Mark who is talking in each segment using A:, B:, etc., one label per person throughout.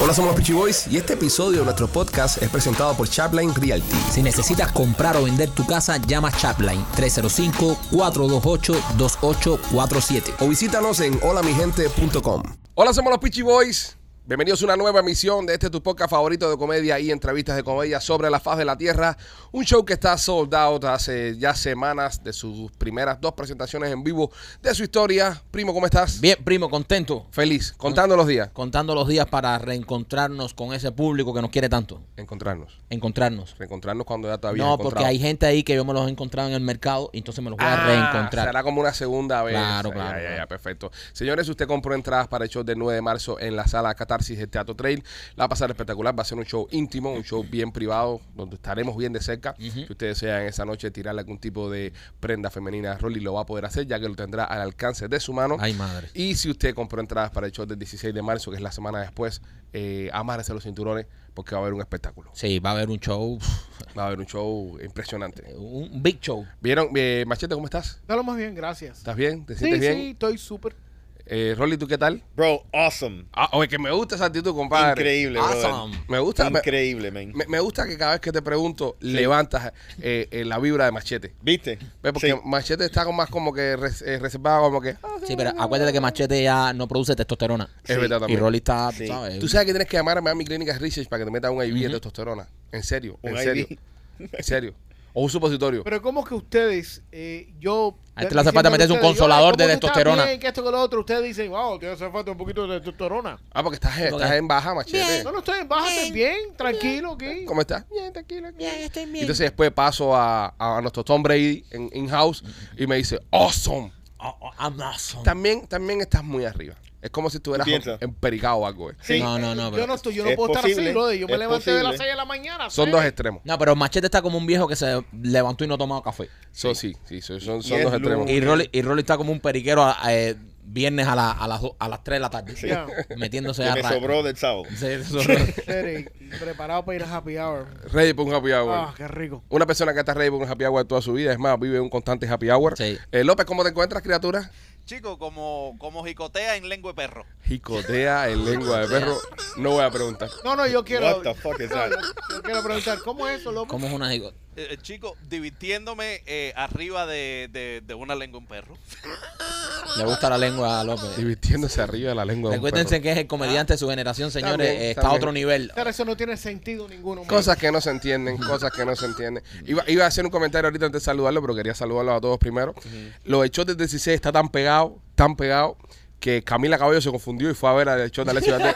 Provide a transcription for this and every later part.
A: Hola, somos los Peachy Boys y este episodio de nuestro podcast es presentado por Chapline Realty.
B: Si necesitas comprar o vender tu casa, llama Chapline 305-428-2847.
A: O visítanos en holamigente.com. Hola, somos los Peachy Boys. Bienvenidos a una nueva emisión de este tu podcast favorito de comedia y entrevistas de comedia sobre la faz de la tierra. Un show que está sold out hace ya semanas de sus primeras dos presentaciones en vivo de su historia. Primo, ¿cómo estás?
C: Bien, primo, contento.
A: Feliz, contando los días.
C: Contando los días para reencontrarnos con ese público que nos quiere tanto.
A: Encontrarnos.
C: Encontrarnos.
A: Reencontrarnos cuando ya te habías
C: No,
A: encontrado.
C: porque hay gente ahí que yo me los he encontrado en el mercado y entonces me los voy a
A: Ah,
C: reencontrar.
A: Será como una segunda vez.
C: Claro,
A: Ya,
C: claro,
A: Ya, ya,
C: claro.
A: perfecto. Señores, usted compró entradas para el show del 9 de marzo en la sala Catarsis del Teatro Trail. La va a pasar espectacular. Va a ser un show íntimo, un show bien privado, donde estaremos bien de cerca. Si usted desea en esa noche tirarle algún tipo de prenda femenina, Rolly lo va a poder hacer, ya que lo tendrá al alcance de su mano.
C: Ay, madre.
A: Y si usted compró entradas para el show del 16 de marzo, que es la semana después, eh, amárrese los cinturones porque va a haber un espectáculo.
C: Sí, va a haber un show,
A: Va a haber un show impresionante.
C: un big show.
A: ¿Vieron? Eh, Machete, ¿cómo estás?
D: No, lo más bien, gracias.
A: ¿Estás bien? ¿Te
D: Sí,
A: sientes bien?
D: sí, estoy súper.
A: Eh, Rolly, ¿tú qué tal?
E: Bro, awesome.
A: Ah, oye, que me gusta esa actitud, compadre.
E: Increíble,
C: Awesome.
A: Me gusta.
E: brother.
A: Me,
E: Increíble, man.
A: me- me gusta que cada vez que te pregunto, levantas eh, eh, la vibra de Machete.
E: ¿Viste?
A: ¿Ves? Porque
E: Sí.
A: Machete está con más como que res- eh, reservado, como que. ah,
C: Sí, pero acuérdate que Machete ya no produce testosterona.
A: Es verdad
C: Y
A: también.
C: Rolly está,
E: Sí.
C: ¿sabes?
A: Tú sabes que tienes que llamar a Miami Clinic Research para que te meta un IV de testosterona. En serio,
E: Un
A: en
E: IV.
A: serio. En serio. O un supositorio.
D: Pero ¿cómo que ustedes, eh, yo...
C: A este le hace falta meterse un
D: diciéndole a ustedes,
C: consolador
D: "Ay, ¿cómo
C: de
D: tú estás
C: testosterona?"
D: bien? que esto con lo otro, ustedes dicen, wow, te hace falta un poquito de testosterona.
A: Ah, porque estás, estás en baja, Machete.
D: No, no estoy en baja, estoy bien, tranquilo, aquí.
A: ¿Cómo estás? Bien, tranquilo. Bien, estoy bien. Entonces después paso a, a nuestro Tom Brady en in-house y me dice, awesome.
C: Oh, oh, I'm awesome.
A: También, también estás muy arriba. Es como si estuvieras
E: Piensa.
A: empericado o algo. eh.
E: Sí.
C: No, no, no,
D: Yo
C: pero,
D: no,
C: no.
D: estoy, yo no
E: Es
D: puedo estar así,
E: posible,
D: brother. Yo me
E: es
D: levanté de las
E: posible.
D: 6 de la mañana.
A: Son
D: ¿sí?
A: dos extremos.
C: pero Machete está como un viejo que se levantó y no ha tomado café.
A: Son, sí, sí, son, son-
E: Y
A: son
E: es
A: dos extremos.
C: Y Rolly, y Rolly está como un periquero a- a, eh, viernes a, la- a, las, do- a las 3 de la tarde.
D: Ya.
C: Metiéndose
E: Que
C: a
E: me
C: ra-
E: sobró del sábado.
C: Sí, te sobró.
D: Ready, preparado para ir a happy hour.
A: Ready para un happy hour.
D: Ah, qué rico.
A: Una persona que está ready para un happy hour toda su vida, es más, vive un constante happy hour.
C: Sí.
A: Eh, López, ¿cómo te encuentras, criatura?
F: Chico, como, como jicotea en lengua de perro.
A: Jicotea en lengua de perro. No voy a preguntar.
D: No, no, yo quiero...
E: What the fuck is
D: no,
E: that?
D: yo, yo quiero preguntar, ¿cómo es eso, loco?
C: ¿Cómo es una jigo-
F: Eh, eh, chico, divirtiéndome eh, arriba de, de- de una lengua de un perro.
C: Le gusta la lengua a López.
A: Divirtiéndose arriba de la lengua de un
C: Recuérdense
A: perro.
C: que es el comediante de su generación, señores.
A: También,
C: eh, está
A: también.
C: a otro nivel.
D: Pero eso no tiene sentido ninguno. man.
A: Cosas que no se entienden, cosas que no se entienden. Iba, iba a hacer un comentario ahorita antes de saludarlo, pero quería saludarlos a todos primero. Los hechos del 16 está tan pegado, tan pegado, que Camila Cabello se confundió y fue a ver al show de Alessio Valdés.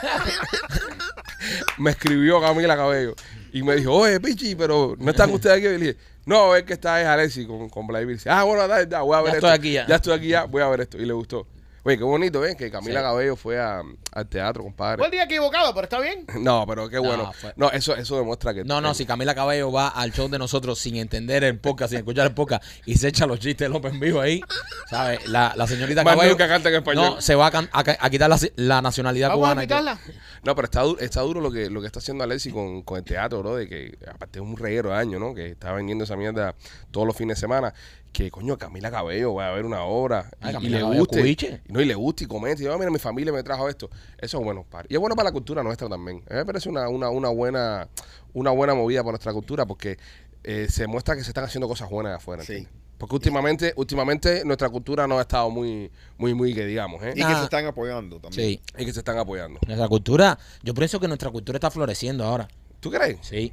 A: me escribió Camila Cabello y me dijo, oye, Pichi, pero ¿no están ustedes aquí? Y le dije, no, es que está es Alexi con, con Vladimir. Dice, ah, bueno, da, da, voy a
C: Ya
A: ver esto.
C: estoy aquí ya.
A: estoy aquí ya, voy a ver esto. Y le gustó. Oye, qué bonito, ¿eh? Que Camila
C: Sí.
A: Cabello fue a- al teatro, compadre.
D: Fue el día equivocado, pero está bien.
A: No, pero qué bueno. No,
C: fue-
A: eso, eso demuestra que...
C: No, no, si Camila Cabello va al show de nosotros sin entender el podcast, sin escuchar el podcast y se echa los chistes de López en vivo ahí, ¿sabes? La, la señorita
A: Más
C: Cabello.
A: nunca canta en español.
C: No, se va a, can- a ca- a quitar la, ci- la nacionalidad
D: Vamos a
C: cubana.
D: invitarla.
A: No, pero está, du- está duro lo que, lo que está haciendo Alexi con, con el teatro, bro. De que, aparte, es un reguero de año, ¿no? Que está vendiendo esa mierda todos los fines de semana. Que, coño, Camila Cabello va a ver una obra y-
C: Ay,
A: y,
C: Camila
A: le
C: Cabello,
A: guste.
C: cubiche.
A: Y no, y le guste y comente. Y yo, "Ah, mira, mi familia me trajo esto. Eso es bueno, par. Y es bueno para la cultura nuestra también. A mí me parece una, una, una buena, una buena movida para nuestra cultura porque eh, se muestra que se están haciendo cosas buenas afuera.
E: Sí.
A: ¿entiendes? Porque últimamente, últimamente nuestra cultura no ha estado muy, muy, muy que digamos, ¿eh?
E: Y que
C: Ah.
E: se están apoyando también.
C: Sí,
A: Y que se están apoyando.
C: nuestra cultura. Yo pienso que nuestra cultura está floreciendo ahora.
A: ¿Tú crees?
C: Sí.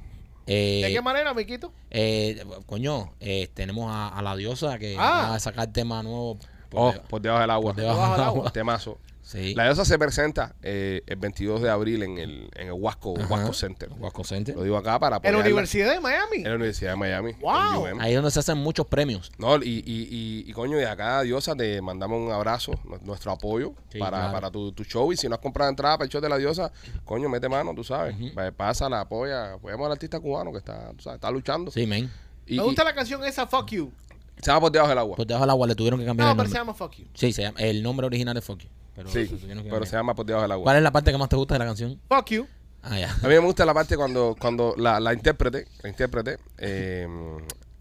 C: Eh,
D: ¿De qué manera, miquito?
C: eh, coño, eh, tenemos a, a la diosa que
D: Ah.
C: va a sacar tema nuevo.
A: Oh, por
C: por deba-
A: debajo del agua.
C: por debajo del agua.
A: Temazo.
C: Sí.
A: La diosa se presenta eh, el 22 de abril en el, en el Huasco,
C: Ajá.
A: Huasco Center.
C: Huasco Center.
A: Lo digo acá para
D: En la
A: apoyarla.
D: Universidad de Miami.
A: En la Universidad de Miami.
D: Wow.
A: en UM.
C: Ahí es donde se hacen muchos premios.
A: No, y, y, y, y coño, de acá, diosa, te mandamos un abrazo, nu- nuestro apoyo
C: Sí,
A: para,
C: claro.
A: para tu, tu show. Y si no has comprado entrada para el show de la diosa, coño, mete mano, tú sabes. Pasa Pásala, apoya, apoyamos al artista cubano que está, tú sabes, está luchando.
C: Sí, men.
A: Y,
D: Me
A: y-
D: gusta la canción esa, Fuck You.
A: se va por debajo del agua.
C: Por debajo del agua le tuvieron que cambiar
D: No,
C: el
D: Ah, pero se
C: nombre.
D: llama Fuck You.
C: Sí, se llama- el nombre original es Fuck You, Pero
A: sí,
C: se tuvieron que
A: pero
C: cambiar.
A: se llama por debajo del agua.
C: ¿Cuál es la parte que más te gusta de la canción?
D: Fuck You.
C: Ah, ya.
A: A mí me gusta la parte cuando, cuando la, la intérprete, la intérprete eh,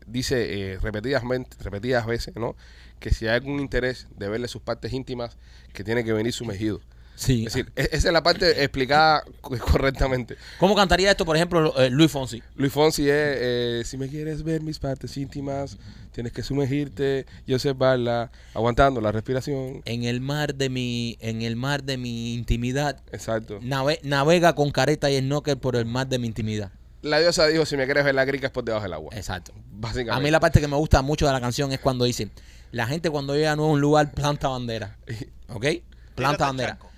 A: dice eh, repetidas, men- repetidas veces, ¿no? Que si hay algún interés de verle sus partes íntimas, que tiene que venir sumergido.
C: Sí.
A: Es decir, e- esa es la parte explicada co- correctamente.
C: ¿Cómo cantaría esto, por ejemplo, eh, Luis Fonsi?
A: Luis Fonsi es, eh, si me quieres ver mis partes íntimas, tienes que sumergirte y observarla, aguantando la respiración.
C: En el mar de mi, en el mar de mi intimidad,
A: Exacto.
C: nave- navega con careta y el knocker por el mar de mi intimidad.
A: La diosa dijo, si me quieres ver la grica es por debajo del agua.
C: Exacto.
A: Básicamente.
C: A mí la parte que me gusta mucho de la canción es cuando dice, la gente cuando llega a un lugar planta bandera. ¿Ok?
F: Tírate
C: Planta
F: al
C: bandera.
F: charco.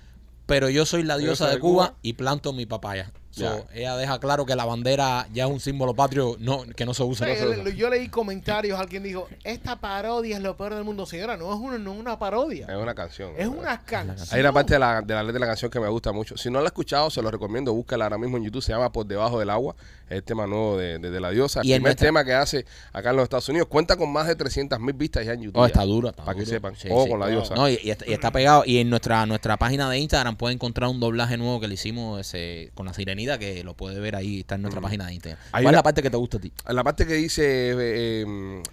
C: Pero yo soy la diosa de Cuba y planto mi papaya. So,
A: Ya.
C: Ella deja claro que la bandera ya es un símbolo patrio no, que no se usa.
D: Yo le- Yo leí comentarios, alguien dijo, esta parodia es lo peor del mundo. Señora, no es una, no es una parodia.
A: Es una canción.
D: Es una
A: Hay
D: canción.
A: una parte de la, de la letra de la canción que me gusta mucho. Si no la has escuchado, se lo recomiendo. Búscala ahora mismo en YouTube. Se llama Por Debajo del Agua. Es el tema nuevo de, de- de la diosa. El
C: Y el
A: primer
C: nuestro-
A: tema que hace acá en los Estados Unidos. Cuenta con más de 300 mil vistas ya en YouTube.
C: Oh,
A: ya.
C: está duro. está
A: Para que
C: duro.
A: sepan.
C: Sí,
A: o
C: sí.
A: con la diosa.
C: No, y, y está, y está pegado. Y en nuestra nuestra página de Instagram puede encontrar un doblaje nuevo que le hicimos ese, con la sirenita que lo puede ver ahí. Está en
A: Mm.
C: nuestra página de Instagram.
A: Hay
C: ¿Cuál es
A: una-
C: la parte que te gusta a ti?
A: La parte que dice, eh, eh,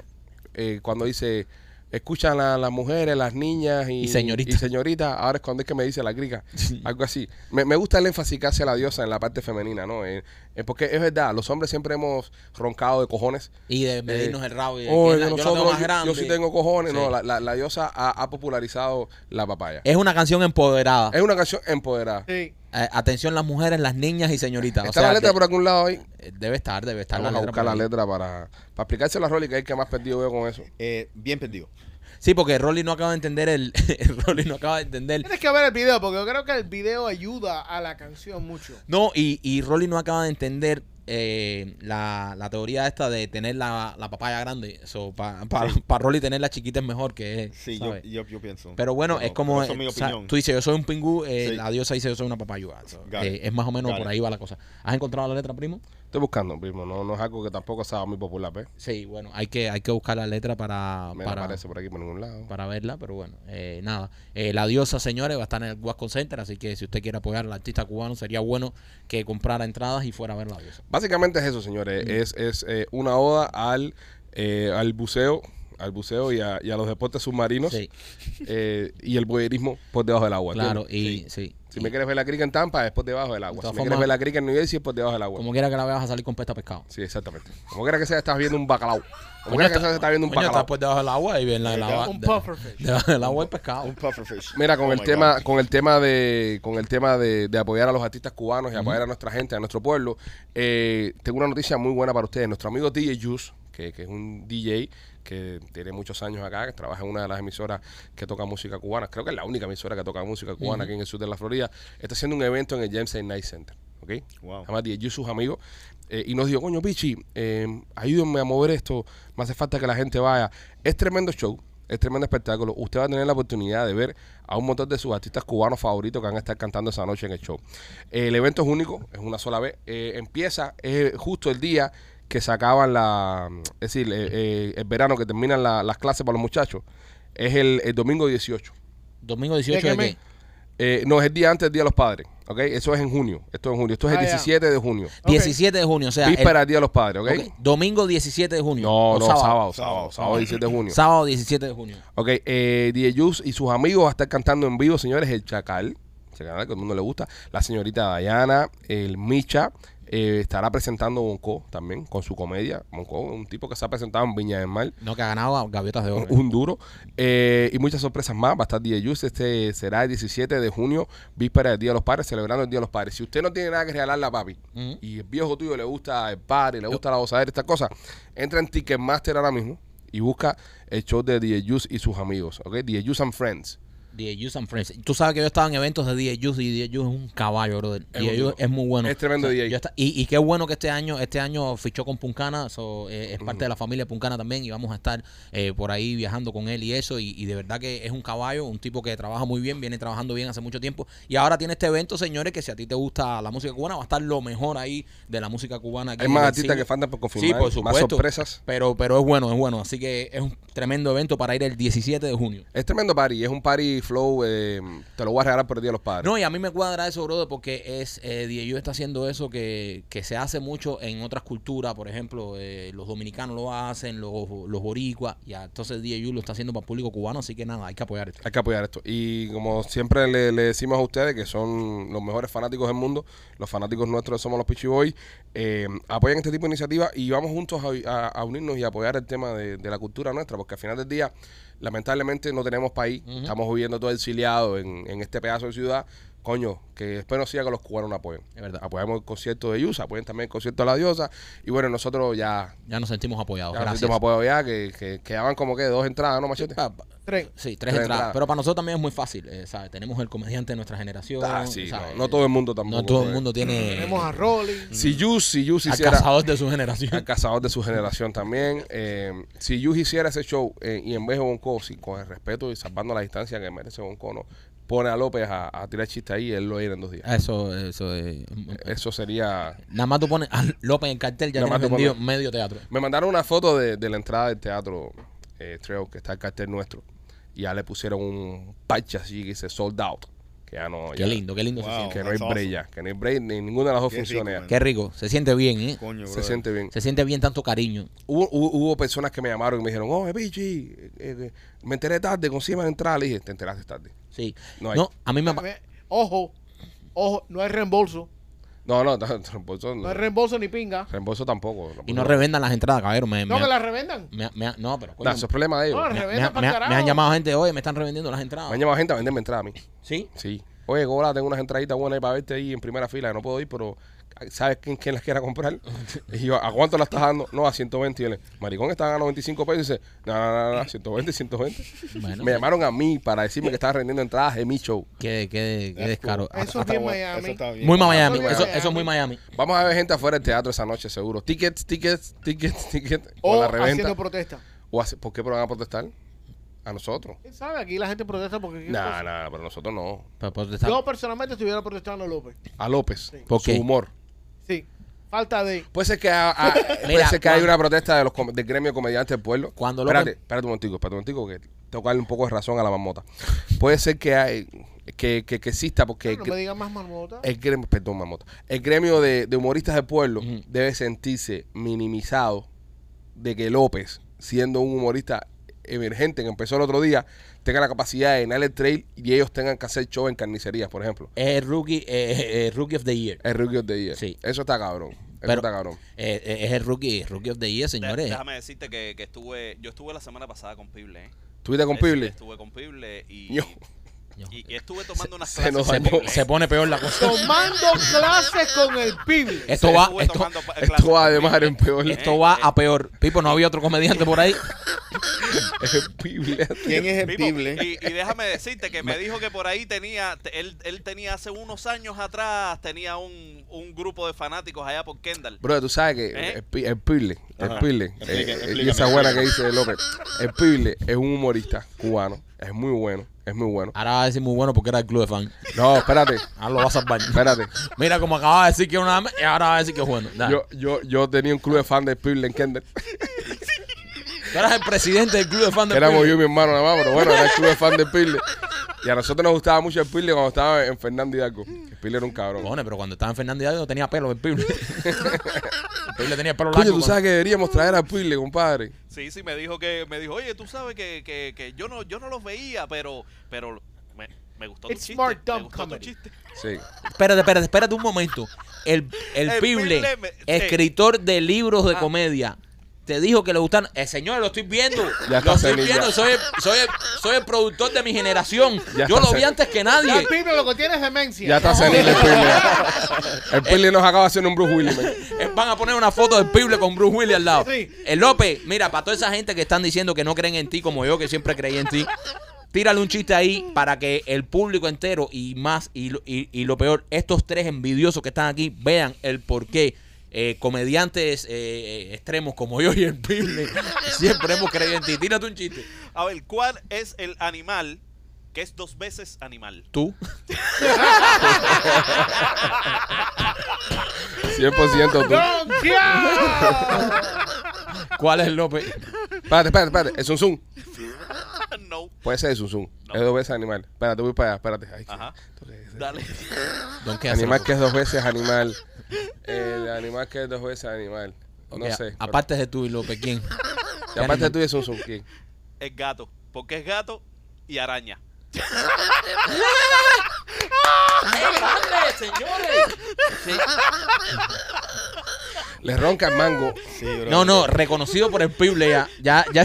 A: eh, cuando dice, escuchan a las mujeres, las niñas y,
C: Y señorita.
A: y señorita, ahora es cuando es que me dice la griega, algo así. Me, me gusta el énfasis que hace la diosa en la parte femenina, ¿no? Eh, eh, porque es verdad, los hombres siempre hemos roncado de cojones.
C: Y de medirnos el rabo. Y de
A: Eh, "Oh, yo
C: quién la- yo, la tengo
A: nosotros,
C: más
A: yo- yo
C: grande.
A: sí tengo cojones.
C: Sí.
A: No, la, la- la diosa ha, ha popularizado la papaya.
C: Es una canción empoderada.
A: Es una canción empoderada.
D: Sí.
C: Eh, atención las mujeres, las niñas y señoritas. O
A: Está
C: sea,
A: la letra
C: de-
A: por algún lado ahí.
C: eh, debe estar, debe estar.
A: Vamos a buscar
C: por
A: la
C: ahí.
A: letra para, para explicárselo a Rolly, que es el que más perdido veo con eso.
E: Eh, bien perdido.
C: Sí, porque Rolly no acaba de entender el... Rolly no acaba de entender...
D: Tienes que ver el video porque yo creo que el video ayuda a la canción mucho.
C: No, y, y Rolly no acaba de entender eh, la, la teoría esta de tener la, la papaya grande. Para Rolly tener la chiquita es mejor que...
E: Sí, yo,
C: ¿sabes?
E: yo, yo pienso.
C: Pero bueno,
E: Pero-
C: es como...
E: pero Eso es mi
C: eh, sa-
E: opinión.
C: Tú dices, yo soy un pingú, eh,
E: Sí.
C: la diosa dice, yo soy una papayuga. So,
E: Got
C: eh,
E: it.
C: es más o menos
E: Got
C: por
E: it.
C: ahí va la cosa. ¿Has encontrado la letra, primo?
A: Estoy buscando, primo. No, no es algo que tampoco sea muy popular, ¿ves?
C: Sí, bueno, hay que, hay que buscar la letra para...
A: Me
C: para-
A: aparece por aquí por ningún lado.
C: para verla, pero bueno, eh, nada. Eh, la diosa, señores, va a estar en el Guasco Center, así que si usted quiere apoyar al artista cubano, sería bueno que comprara entradas y fuera a ver la diosa.
A: Básicamente es eso, señores.
C: Mm.
A: Es, es eh, una oda al, eh, al buceo, al buceo y a, y a los deportes submarinos
C: Sí,
A: eh, y el boyerismo por debajo del agua. ¿entiendes?
C: claro, y sí.
A: Si
C: y
A: me quieres ver la crica en Tampa, es por debajo del
C: De
A: agua. Si
C: todas
A: me quieres
C: formas-
A: ver la crica en New Jersey, es por debajo del agua.
C: Como quiera que la veas, vas a salir con pesta de pescado.
A: Sí, exactamente. Como quiera que sea, estás viendo un bacalao. Como
C: Coño,
A: quiera que
C: está-
A: sea, estás viendo un
C: coño, está
A: bacalao.
C: por debajo del agua y bien la, la,
D: Un
C: de-
D: pufferfish.
C: debajo del agua el pescado.
E: Un pufferfish.
A: Mira, con
E: Oh
A: el
E: my
A: tema,
E: God.
A: con el tema de, con el tema de, de apoyar a los artistas cubanos y apoyar a nuestra gente, a nuestro pueblo, eh, tengo una noticia muy buena para ustedes. Nuestro amigo DJ Juice, que, que es un DJ que tiene muchos años acá, que trabaja en una de las emisoras que toca música cubana, creo que es la única emisora que toca música cubana aquí en el sur de la Florida, está haciendo un evento en el James A. Night Center. ¿ok?
E: Wow.
A: Además, DJ Juice, sus amigos, eh, y nos dijo, coño, Pichi, eh, ayúdenme a mover esto, me hace falta que la gente vaya. Es tremendo show, es tremendo espectáculo. Usted va a tener la oportunidad de ver a un montón de sus artistas cubanos favoritos que van a estar cantando esa noche en el show. Eh, el evento es único, es una sola vez. Eh, empieza eh, justo el día que se acaban la, es decir, eh, eh, el verano que terminan la- las clases para los muchachos. Es el, el domingo 18.
C: Domingo 18 de
D: ¿De qué
C: qué?
D: mes?
A: Eh, no, es el día antes del Día de los Padres, ¿ok? Eso es en junio, esto es en junio, esto es el
D: Ah, ya.
A: 17 de junio.
D: Ok.
C: 17 de junio, o sea, el-
A: Víspera del Día de los Padres, ¿ok?
C: ok, domingo 17 de junio.
A: No,
C: o
A: no, sábado, sábado, sábado,
E: Sábado.
A: 17 de junio.
C: Sábado 17 de junio.
A: Ok, eh, DJ Juice y sus amigos van a estar cantando en vivo, señores, el Chacal, Chacal que a todo el mundo le gusta, la señorita Dayana, el Micha, eh, estará presentando Bonco también con su comedia. Bonco, un tipo que se ha presentado en Viña del Mar.
C: No, que ha ganado a Gaviotas de Oro.
A: Un, un duro. Eh, y muchas sorpresas más. Va a estar DJ Juice. Este será el 17 de junio, víspera del Día de los Padres, celebrando el Día de los Padres. Si usted no tiene nada que regalarle a papi
C: Ujú.
A: y el viejo tuyo le gusta el party, le gusta la gozadera, estas cosas, entra en Ticketmaster ahora mismo y busca el show de DJ Juice y sus amigos. ¿Ok? DJ Juice and Friends.
C: The Youth and Friends. Tú sabes que yo estaba en eventos de The Youth y The Youth es un caballo, brother.
A: Es
C: The
A: un
C: Youth
A: duro.
C: es muy bueno.
A: Es tremendo DJ.
C: yo esta- y, y qué bueno que este año este año fichó con Puncana, so, eh, es parte de la familia Puncana también y vamos a estar eh, por ahí viajando con él y eso. Y, y de verdad que es un caballo, un tipo que trabaja muy bien, viene trabajando bien hace mucho tiempo. Y ahora tiene este evento, señores, que si a ti te gusta la música cubana, va a estar lo mejor ahí de la música cubana. aquí
A: Hay
C: en
A: más
C: el
A: artistas
C: cine.
A: que faltan por confirmar,
C: Sí, por
A: más
C: supuesto.
A: sorpresas.
C: Pero, pero es bueno, es bueno. Así que es un tremendo evento para ir el 17 de junio.
A: Es tremendo party, es un party Flow, eh, te lo voy a regalar por el Día de los Padres.
C: No, y a mí me cuadra eso, brother, porque es eh, DJU está haciendo eso que, que se hace mucho en otras culturas. Por ejemplo, eh, los dominicanos lo hacen, los, los boricuas. Y entonces DJU lo está haciendo para el público cubano, así que nada, hay que apoyar esto.
A: Hay que apoyar esto. Y como siempre le, le decimos a ustedes, que son los mejores fanáticos del mundo, los fanáticos nuestros de Somos los Pichi Boys, eh, apoyan este tipo de iniciativas y vamos juntos a, a- a unirnos y a apoyar el tema de, de la cultura nuestra, porque al final del día, lamentablemente, no tenemos país, estamos viviendo todo exiliado en, en este pedazo de ciudad. Coño, que espero siga que los cubanos nos apoyen.
C: Es verdad.
A: Apoyamos el concierto de Yusa, apoyen también el concierto de la diosa. Y bueno, nosotros ya,
C: Ya nos sentimos apoyados.
A: ya nos
C: Gracias.
A: sentimos apoyados ya, que, que quedaban como que dos entradas, ¿no, machete?
C: Pa- pa-
D: Tres.
C: Sí,
A: Tres
C: tres entradas.
A: entradas.
C: Pero para nosotros también es muy fácil, eh, ¿sabes? Tenemos el comediante de nuestra generación.
A: Ah, sí,
C: ¿sabes?
A: no, no todo el mundo tampoco.
C: No todo el
A: eh.
C: mundo tiene.
D: Tenemos a Rolly.
A: Si Yus, si Yus
C: al
A: hiciera.
C: cazador de su generación.
A: Al cazador de su generación también. Eh, si Yus hiciera ese show eh, y en vez de Bonco, si con el respeto y salvando la distancia que merece Bonco, no, pone a López a, a tirar chiste ahí y él lo irá en dos días.
C: Eso, eso. eh,
A: Eso sería.
C: Nada más tú pones a López en el cartel, ya
A: Nada más
C: tienes
A: tú
C: vendido
A: pones-
C: medio teatro.
A: Me mandaron una foto de, de la entrada del teatro eh, Treo, que está el cartel nuestro. Y ya le pusieron un parche así que dice sold out. Que ya no.
C: Qué
A: ya-
C: lindo, qué lindo se
E: Wow.
C: siente.
A: Que no hay
E: Oh, That's awesome.
A: break ya, Que no hay break ni ninguna de las dos
E: Qué rico,
A: funciona ya.
E: man.
C: Qué rico, se siente bien, ¿eh?
E: Coño,
A: Se
E: brother.
A: siente bien.
C: Se siente bien tanto cariño.
A: Hubo, hubo- hubo personas que me llamaron y me dijeron, oh, Pichi, eh, eh, me enteré tarde, consigue la entrada. Le dije, te enteraste tarde.
C: Sí.
A: No
C: No,
A: hay.
C: a mí me...
D: Ojo, ojo, no hay reembolso.
A: No, no, no, reembolso, no.
D: No hay reembolso ni pinga.
A: reembolso tampoco.
C: Y no revendan las entradas, caballero. Me,
D: No,
C: me-
D: que la revendan.
C: me- me- no, pero... coño,
A: No, eso es problema de ellos. Me
D: No, re-
C: me, me-
D: Revendan pa'l
C: me- me
D: carajo.
C: han llamado gente, oye, me están revendiendo las entradas.
A: han llamado gente a venderme entrada a mí.
C: Sí.
A: Sí. Oye, Gola, tengo unas entraditas buenas ahí para verte ahí en primera fila, que no puedo ir, pero ¿sabes quién, quién las quiera comprar? Y yo, ¿a cuánto las estás dando? No, a 120. Y él, maricón, están a 95 pesos. Y dice, no, no, no, no, 120, 120.
C: Bueno.
A: me llamaron a mí para decirme que estaba rendiendo entradas de mi show.
C: Qué, qué, qué descaro.
D: cool. Eso
E: Hasta
D: es bien
E: bueno,
D: Miami.
E: eso está bien.
C: Muy Miami.
D: Miami.
C: Eso, eso es muy Miami.
A: Vamos a ver gente afuera del teatro esa noche, seguro. Tickets, tickets, tickets, tickets. O
D: O
A: la reventa.
D: haciendo protesta.
A: O hace- ¿Por qué pero van a protestar? A nosotros.
D: ¿Quién sabe? Aquí la gente protesta porque... quiere
A: Nah,
D: cosas.
A: nah, pero nosotros no.
C: Pero, pero está-
D: Yo personalmente estuviera protestando a López.
A: A López.
C: ¿Por qué?
A: Su humor.
D: Sí. Falta de...
A: Puede ser que, a- a- puede
C: Mira,
A: ser que hay
C: Juan-
A: una protesta de los com- del gremio de comediantes del pueblo.
C: Cuando López-
A: espérate, espérate un momentico, espérate un momentico, que tengo que darle un poco de razón a la mamota. Puede ser que hay, que, que, que Eh, exista, porque el
D: no
A: gre-
D: me digas más marmota.
A: el gremio, perdón, mamota. El gremio de, de humoristas del pueblo debe sentirse minimizado de que López, siendo un humorista emergente que empezó el otro día, tenga la capacidad de ganar el trail y ellos tengan que hacer show en carnicerías, por ejemplo.
C: es el rookie, eh, eh, rookie of the Year.
A: El Rookie of the Year.
C: Sí.
A: Eso está cabrón. Eso
C: Pero-
A: está cabrón.
C: Eh, eh, es el rookie, rookie of the Year,
F: De-
C: señores.
F: Déjame decirte que, que estuve, yo estuve la semana pasada con Pible. ¿eh?
A: ¿Tuviste con
F: Es-
A: Pible?
F: Estuve con Pible y,
A: Yo.
F: y, y estuve tomando unas
A: se
F: clases.
A: nos
F: con
A: dañó-
F: Pible, ¿eh?
C: Se pone peor la cosa.
D: Tomando clases con el
A: Eh,
D: pibe.
C: Esto
F: Sí,
C: va,
F: estuve
C: esto,
F: tomando pa- clases
A: Esto va
F: con
A: de
F: Pible.
A: mar en peor.
F: Eh,
C: esto va a peor. Pipo, no había otro comediante por ahí.
A: Pible.
E: ¿Quién es el
F: Pipo,
E: pible?
F: Y, y déjame decirte que me dijo que por ahí tenía, te- él, él tenía hace unos años atrás, tenía un, un grupo de fanáticos allá por Kendall.
A: Bro, tú sabes que
F: ¿Eh?
A: el, pi- el Pible, el
E: Ajá.
A: Pible, eh,
E: Explique-
A: eh, y
E: explícame.
A: esa buena que dice López, el Pible es un humorista cubano, es muy bueno, es muy bueno.
C: Ahora va a decir muy bueno porque era el club de fan.
A: No, espérate,
C: Ahora Ah, lo va a salvar.
A: espérate.
C: Mira, como acababa de decir que una y ahora va a decir que es bueno. Dale.
A: Yo, yo, yo tenía un club de fan de Pible en Kendall.
C: Tú eras el presidente del club de fan de
A: Éramos
C: Pipo.
A: yo y mi hermano nada más, pero bueno, era el club de fan de Pible. Y a nosotros nos gustaba mucho el Pible cuando estaba en Fernando Hidalgo. El Pible era un cabrón.
C: Cojones, pero cuando estaba en Fernando Hidalgo no tenía pelo el pible. el pible tenía el pelo largo.
A: Coño, tú
C: cuando-
A: sabes que deberíamos traer a Pible, compadre.
F: Sí, sí, me dijo que, me dijo, oye, tú sabes que, que, que yo no, yo no los veía, pero, pero me, me gustó
D: It's
F: tu chiste.
D: smart,
F: me
D: dumb
F: gustó tu
D: comedy.
F: chiste.
A: Sí.
C: Espérate, espérate, espérate un momento. El, el,
F: El
C: pible,
F: Pible me- sí.
C: escritor de libros de
F: Ah.
C: comedia. Te dijo que le gustan. Eh, señor, lo estoy viendo.
A: Ya está
C: lo estoy
A: senil, ya.
C: viendo. Soy el, soy, el, soy el productor de mi generación.
A: Ya
C: Yo
A: está
C: lo vi
A: senil.
C: antes que
D: Ya
C: nadie.
D: el pibe lo que tiene es demencia.
A: Ya está senil el Pible. El Pible nos acaba haciendo un Bruce Willis. man.
C: Eh, Van a poner una foto del pible con Bruce Willis al lado.
D: Sí.
C: El López, mira, para toda esa gente que están diciendo que no creen en ti, como yo, que siempre creí en ti, tírale un chiste ahí para que el público entero y más, y lo, y- y lo peor, estos tres envidiosos que están aquí vean el por qué. eh, comediantes eh, eh, extremos como yo y el pible siempre hemos creído en ti. Tírate un chiste.
F: A ver, ¿cuál es el animal que es dos veces animal?
C: Tú.
A: 100% tú.
D: Don Diablo.
C: ¿Cuál es López?
A: Espérate, espérate, espérate. Es un zoom.
F: no.
A: Puede ser de Zunzun.
F: No.
A: Es dos veces animal. Espérate, voy para allá. Espérate. Ay,
F: Ajá.
A: ¿tú qué dices?
F: Dale.
C: Don, ¿qué hace?
A: Animal que es dos veces animal. El animal que es dos veces animal.
C: Ok,
A: no sé.
C: Aparte de tú y López, ¿quién?
A: Y aparte tú y Zunzun. ¿Quién?
F: Es gato. Porque es gato y araña.
A: Le ronca el mango.
E: Sí, bro.
C: No, no, reconocido por el Pible ya. Ya, ya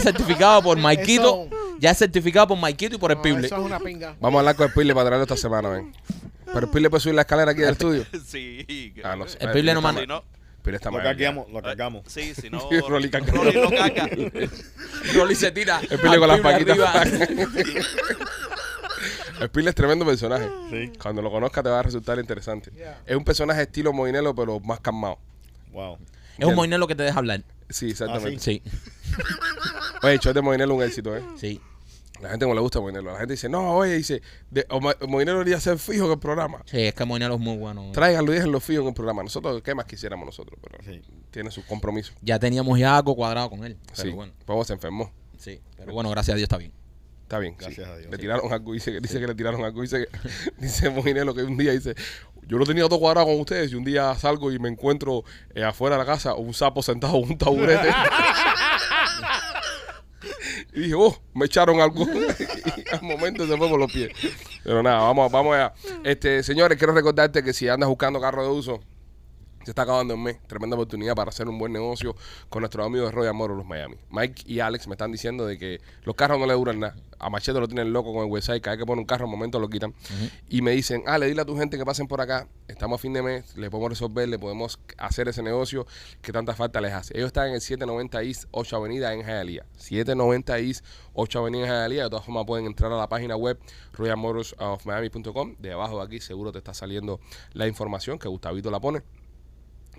C: certificado por Maikito. Ya certificado por Maikito y por el
D: No,
C: Pible.
D: eso es una pinga.
A: Vamos a hablar con el Pirle para traerlo esta semana, ven. Pero el Pirle puede subir la escalera aquí del estudio.
F: Sí.
A: Ah, no sé.
C: El Pirle no
A: está mal.
C: manda.
F: Si no,
A: El Pirle está
E: Lo
A: mal.
E: cargamos, lo
F: eh,
E: cargamos.
F: Sí, si no.
A: Sí, Rolly caca.
F: Rolly no caca.
C: Rolly se tira.
A: El Pirle con las
C: al Pible
A: paquitas.
C: arriba.
A: el Pirle es tremendo personaje.
E: Sí.
A: Cuando lo conozcas te va a resultar interesante.
D: Yeah.
A: Es un personaje estilo Moinelo, pero más calmado.
E: Wow.
C: Es un moinelo que te deja hablar.
A: Sí, exactamente.
C: Sí,
A: Oye, el show de Moinelo es un éxito, ¿eh?
C: sí.
A: La gente no le gusta Moinelo. La gente dice, no, oye, dice, de, o Ma- Moinelo debería ser fijo en el programa.
C: Sí, es que moinelo es muy bueno.
A: Tráiganlo y déjenlo fijo en el programa. Nosotros, ¿qué más quisiéramos nosotros? Pero
E: Sí.
A: tiene sus compromisos.
C: Ya teníamos ya algo cuadrado con él. Pero
A: sí,
C: bueno,
A: Pavo se enfermó.
C: sí. Pero bueno, gracias a Dios está bien.
A: Está bien, sí.
E: Gracias a Dios.
A: Le tiraron algo, dice, que- dice que le tiraron algo, dice que, dice Moinelo que un día dice, yo lo tenía todo cuadrado con ustedes y un día salgo y me encuentro eh, afuera de la casa un sapo sentado en un taburete. y dije, oh, me echaron algo. y al momento se fue por los pies. Pero nada, vamos, vamos allá. Este, señores, quiero recordarte que si andas buscando carro de uso, se está acabando el mes. Tremenda oportunidad para hacer un buen negocio con nuestros amigos de Royal Motors los Miami. Mike y Alex me están diciendo de que los carros no le duran nada. A Machete lo tienen loco con el website. Cada vez que pone un carro, un momento lo quitan. Y me dicen, ah, le dile a tu gente que pasen por acá. Estamos a fin de mes. Le podemos resolver, le podemos hacer ese negocio que tanta falta les hace. Ellos están en el 790 East 8 Avenida en Hialeah. 790 East 8 Avenida en Hialeah. De todas formas, pueden entrar a la página web royalmotorsofmiami.com. De abajo de aquí seguro te está saliendo la información que Gustavito la pone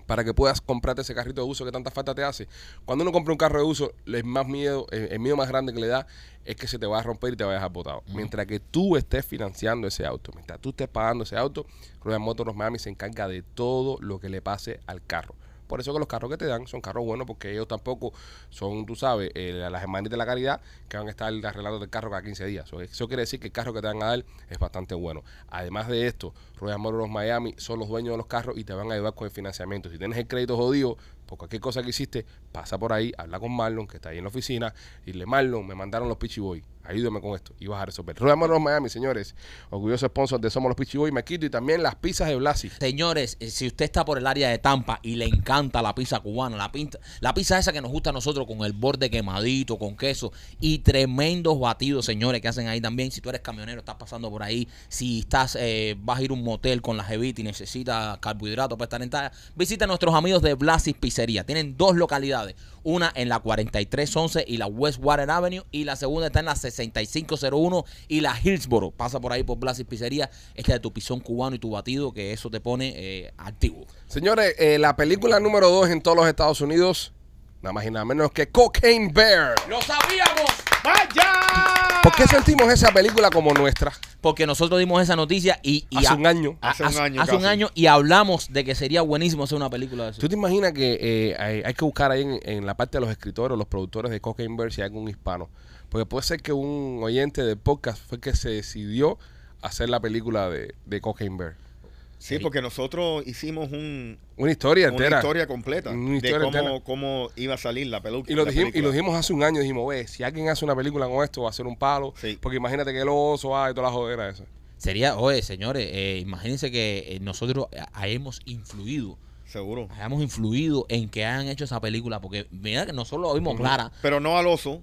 A: para que puedas comprarte ese carrito de uso que tanta falta te hace. Cuando uno compra un carro de uso, el más miedo, el, el miedo más grande que le da es que se te va a romper y te va a dejar botado. Mientras que tú estés financiando ese auto, mientras tú estés pagando ese auto, Royal Motors Miami se encarga de todo lo que le pase al carro. Por eso que los carros que te dan son carros buenos, porque ellos tampoco son, tú sabes, eh, las hermanitas de la caridad que van a estar arreglando el carro cada 15 días. So, eso quiere decir que el carro que te van a dar es bastante bueno. Además de esto, Royal Motors Miami son los dueños de los carros y te van a ayudar con el financiamiento. Si tienes el crédito jodido, por cualquier cosa que hiciste, pasa por ahí, habla con Marlon, que está ahí en la oficina, y le Marlon, me mandaron los Pichi Boy. Ayúdame con esto y vas a resolver. Royal Motors Miami, señores, orgulloso sponsor de Somos los Pichi Boy, me quito y también las pizzas de Blasi.
C: Señores, eh, si usted está por el área de Tampa y le encanta la pizza cubana, la, pinta, la pizza esa que nos gusta a nosotros con el borde quemadito, con queso y tremendos batidos, señores, que hacen ahí también. Si tú eres camionero, estás pasando por ahí, si estás eh, vas a ir a un motel con la jevita y necesitas carbohidratos para estar en talla, visita a nuestros amigos de Blasis Pizzería. Tienen dos localidades, una en la 4311 y la West Warren Avenue y la segunda está en la 6501 y la Hillsboro. Pasa por ahí por Blasis Pizzería, esta de tu pisón cubano y tu batido, que eso te pone eh, activo.
A: Señores, eh, la película número 2 en todos los Estados Unidos, nada más y nada menos que Cocaine Bear.
C: ¡Lo sabíamos!
D: ¡Vaya!
A: ¿Por qué sentimos esa película como nuestra?
C: Porque nosotros dimos esa noticia y... y
A: Hace
C: a-
A: un año.
C: a-
E: Hace un año
C: hace un
E: casi.
C: año y hablamos de que sería buenísimo hacer una película de eso.
A: ¿Tú te imaginas que eh, hay, hay que buscar ahí en, en la parte de los escritores, los productores de Cocaine Bear si hay algún hispano? Porque puede ser que un oyente del podcast fue que se decidió hacer la película de, de Cocaine Bear.
E: Sí, porque nosotros hicimos un,
A: Una historia
E: una
A: entera.
E: historia completa
A: Una historia
E: de cómo,
A: entera.
E: cómo iba a salir la pelu- la película.
A: Y lo, dijimos, y lo dijimos hace un año, dijimos, "Oye, si alguien hace una película con esto, va a ser un palo.
E: Sí.
A: Porque imagínate que el oso, ah, y toda la jodera esa.
C: Sería, oye, señores, eh, imagínense que eh, nosotros eh, hayamos influido,
E: Seguro.
C: hayamos influido en que hayan hecho esa película, porque mira que nosotros lo vimos clara.
E: Pero no al oso.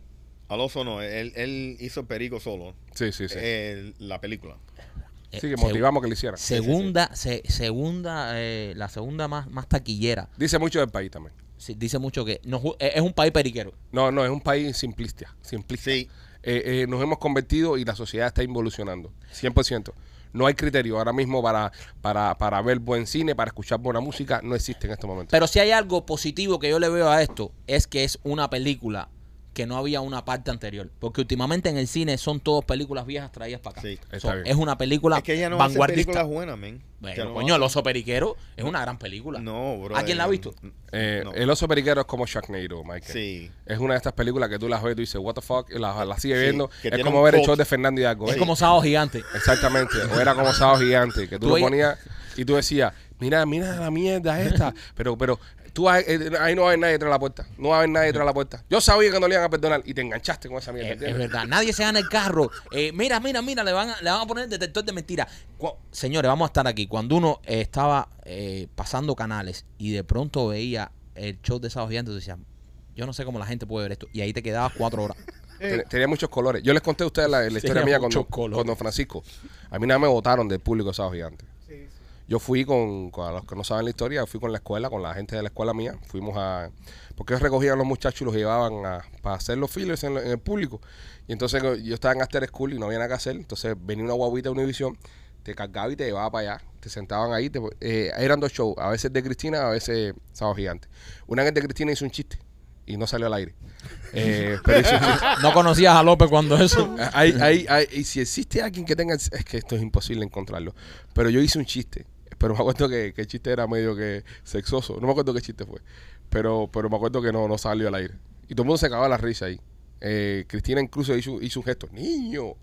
E: Al oso no. Él, él hizo el perico solo.
A: Sí, sí, sí.
E: eh, la película.
C: Eh,
A: sí, que
C: seg-
A: motivamos que lo hicieran.
C: Segunda, se- segunda, eh, la segunda más, más taquillera.
A: Dice mucho del país también.
C: Sí, dice mucho que nos ju- eh, es un país periquero.
A: No, no, es un país simplista. simplista.
E: Sí.
A: Eh, eh, nos hemos convertido y la sociedad está involucionando. 100%. No hay criterio ahora mismo para, para, para ver buen cine, para escuchar buena este música. No existe en estos momentos.
C: Pero si hay algo positivo que yo le veo a esto, es que es una película que no había una parte anterior. Porque últimamente en el cine son todas películas viejas traídas para acá.
E: Sí,
A: está
C: So,
A: bien.
C: es una película
E: Es que ella no hace
C: vanguardista.
E: películas buenas, men.
C: Bueno,
E: Ya no
C: coño, El
E: hace.
C: Oso Periquero es una gran película.
E: No, bro.
C: ¿A quién la ha visto?
A: Eh,
E: No.
A: El oso periquero es como Sharknado, Michael.
E: Sí.
A: Es una de estas películas que tú las ves y tú dices, what the fuck, y la, la sigues
E: Sí,
A: viendo.
E: que
A: Es
E: tiene
A: como
E: un
A: ver el
E: plot.
A: show de Fernando Hidalgo.
C: Es
A: ¿eh?
C: como Sábado Gigante.
A: Exactamente. O era como Sábado Gigante, que tú,
C: Tú
A: lo
C: ahí-
A: ponías y tú decías, mira, mira la mierda esta. Pero, pero, tú ahí eh, ahí no va a haber nadie detrás de la puerta. No va a haber nadie detrás de la puerta. Yo sabía que no le iban a perdonar y te enganchaste con esa mierda.
C: Es, Eh, es
A: ¿entiendes?
C: verdad, nadie se gana el carro. Eh, mira, mira, mira, le van, a, le van a poner detector de mentiras. Cu- Señores, vamos a estar aquí. Cuando uno eh, estaba eh, pasando canales y de pronto veía el show de Sábado Gigante, tú decías, yo no sé cómo la gente puede ver esto. Y ahí te quedabas cuatro horas.
D: Eh,
A: Ten- Tenía muchos colores. Yo les conté a ustedes la, la historia
C: Tenía
A: mía con,
C: muchos
A: don-
C: colores.
A: con Don Francisco. A mí nada me votaron del público de Sábado Gigante.
D: Sí, sí.
A: Yo fui con, con- a los que no saben la historia, fui con la escuela, con la gente de la escuela mía. Fuimos a. Porque ellos recogían a los muchachos y los llevaban a, para hacer los fillers en, lo- en el público. Y entonces eh, yo estaba en After School y no había nada que hacer. Entonces venía una guaguita de Univision, te cargaba y te llevaba para allá. Te sentaban ahí. te- eh, eran dos shows, a veces de Cristina, a veces Sábado Gigante. Una vez de Cristina hizo un chiste y no salió al aire. Eh, pero hizo un chiste.
C: No conocías a López cuando eso.
A: Hay- hay- hay- y si existe alguien que tenga, es que esto es imposible encontrarlo. Pero yo hice un chiste, pero me acuerdo que, que el chiste era medio que sexoso. No me acuerdo qué chiste fue, pero, pero me acuerdo que no, no salió al aire. Y todo el mundo se acababa la risa ahí. Eh, Cristina incluso hizo, hizo un gesto, niño.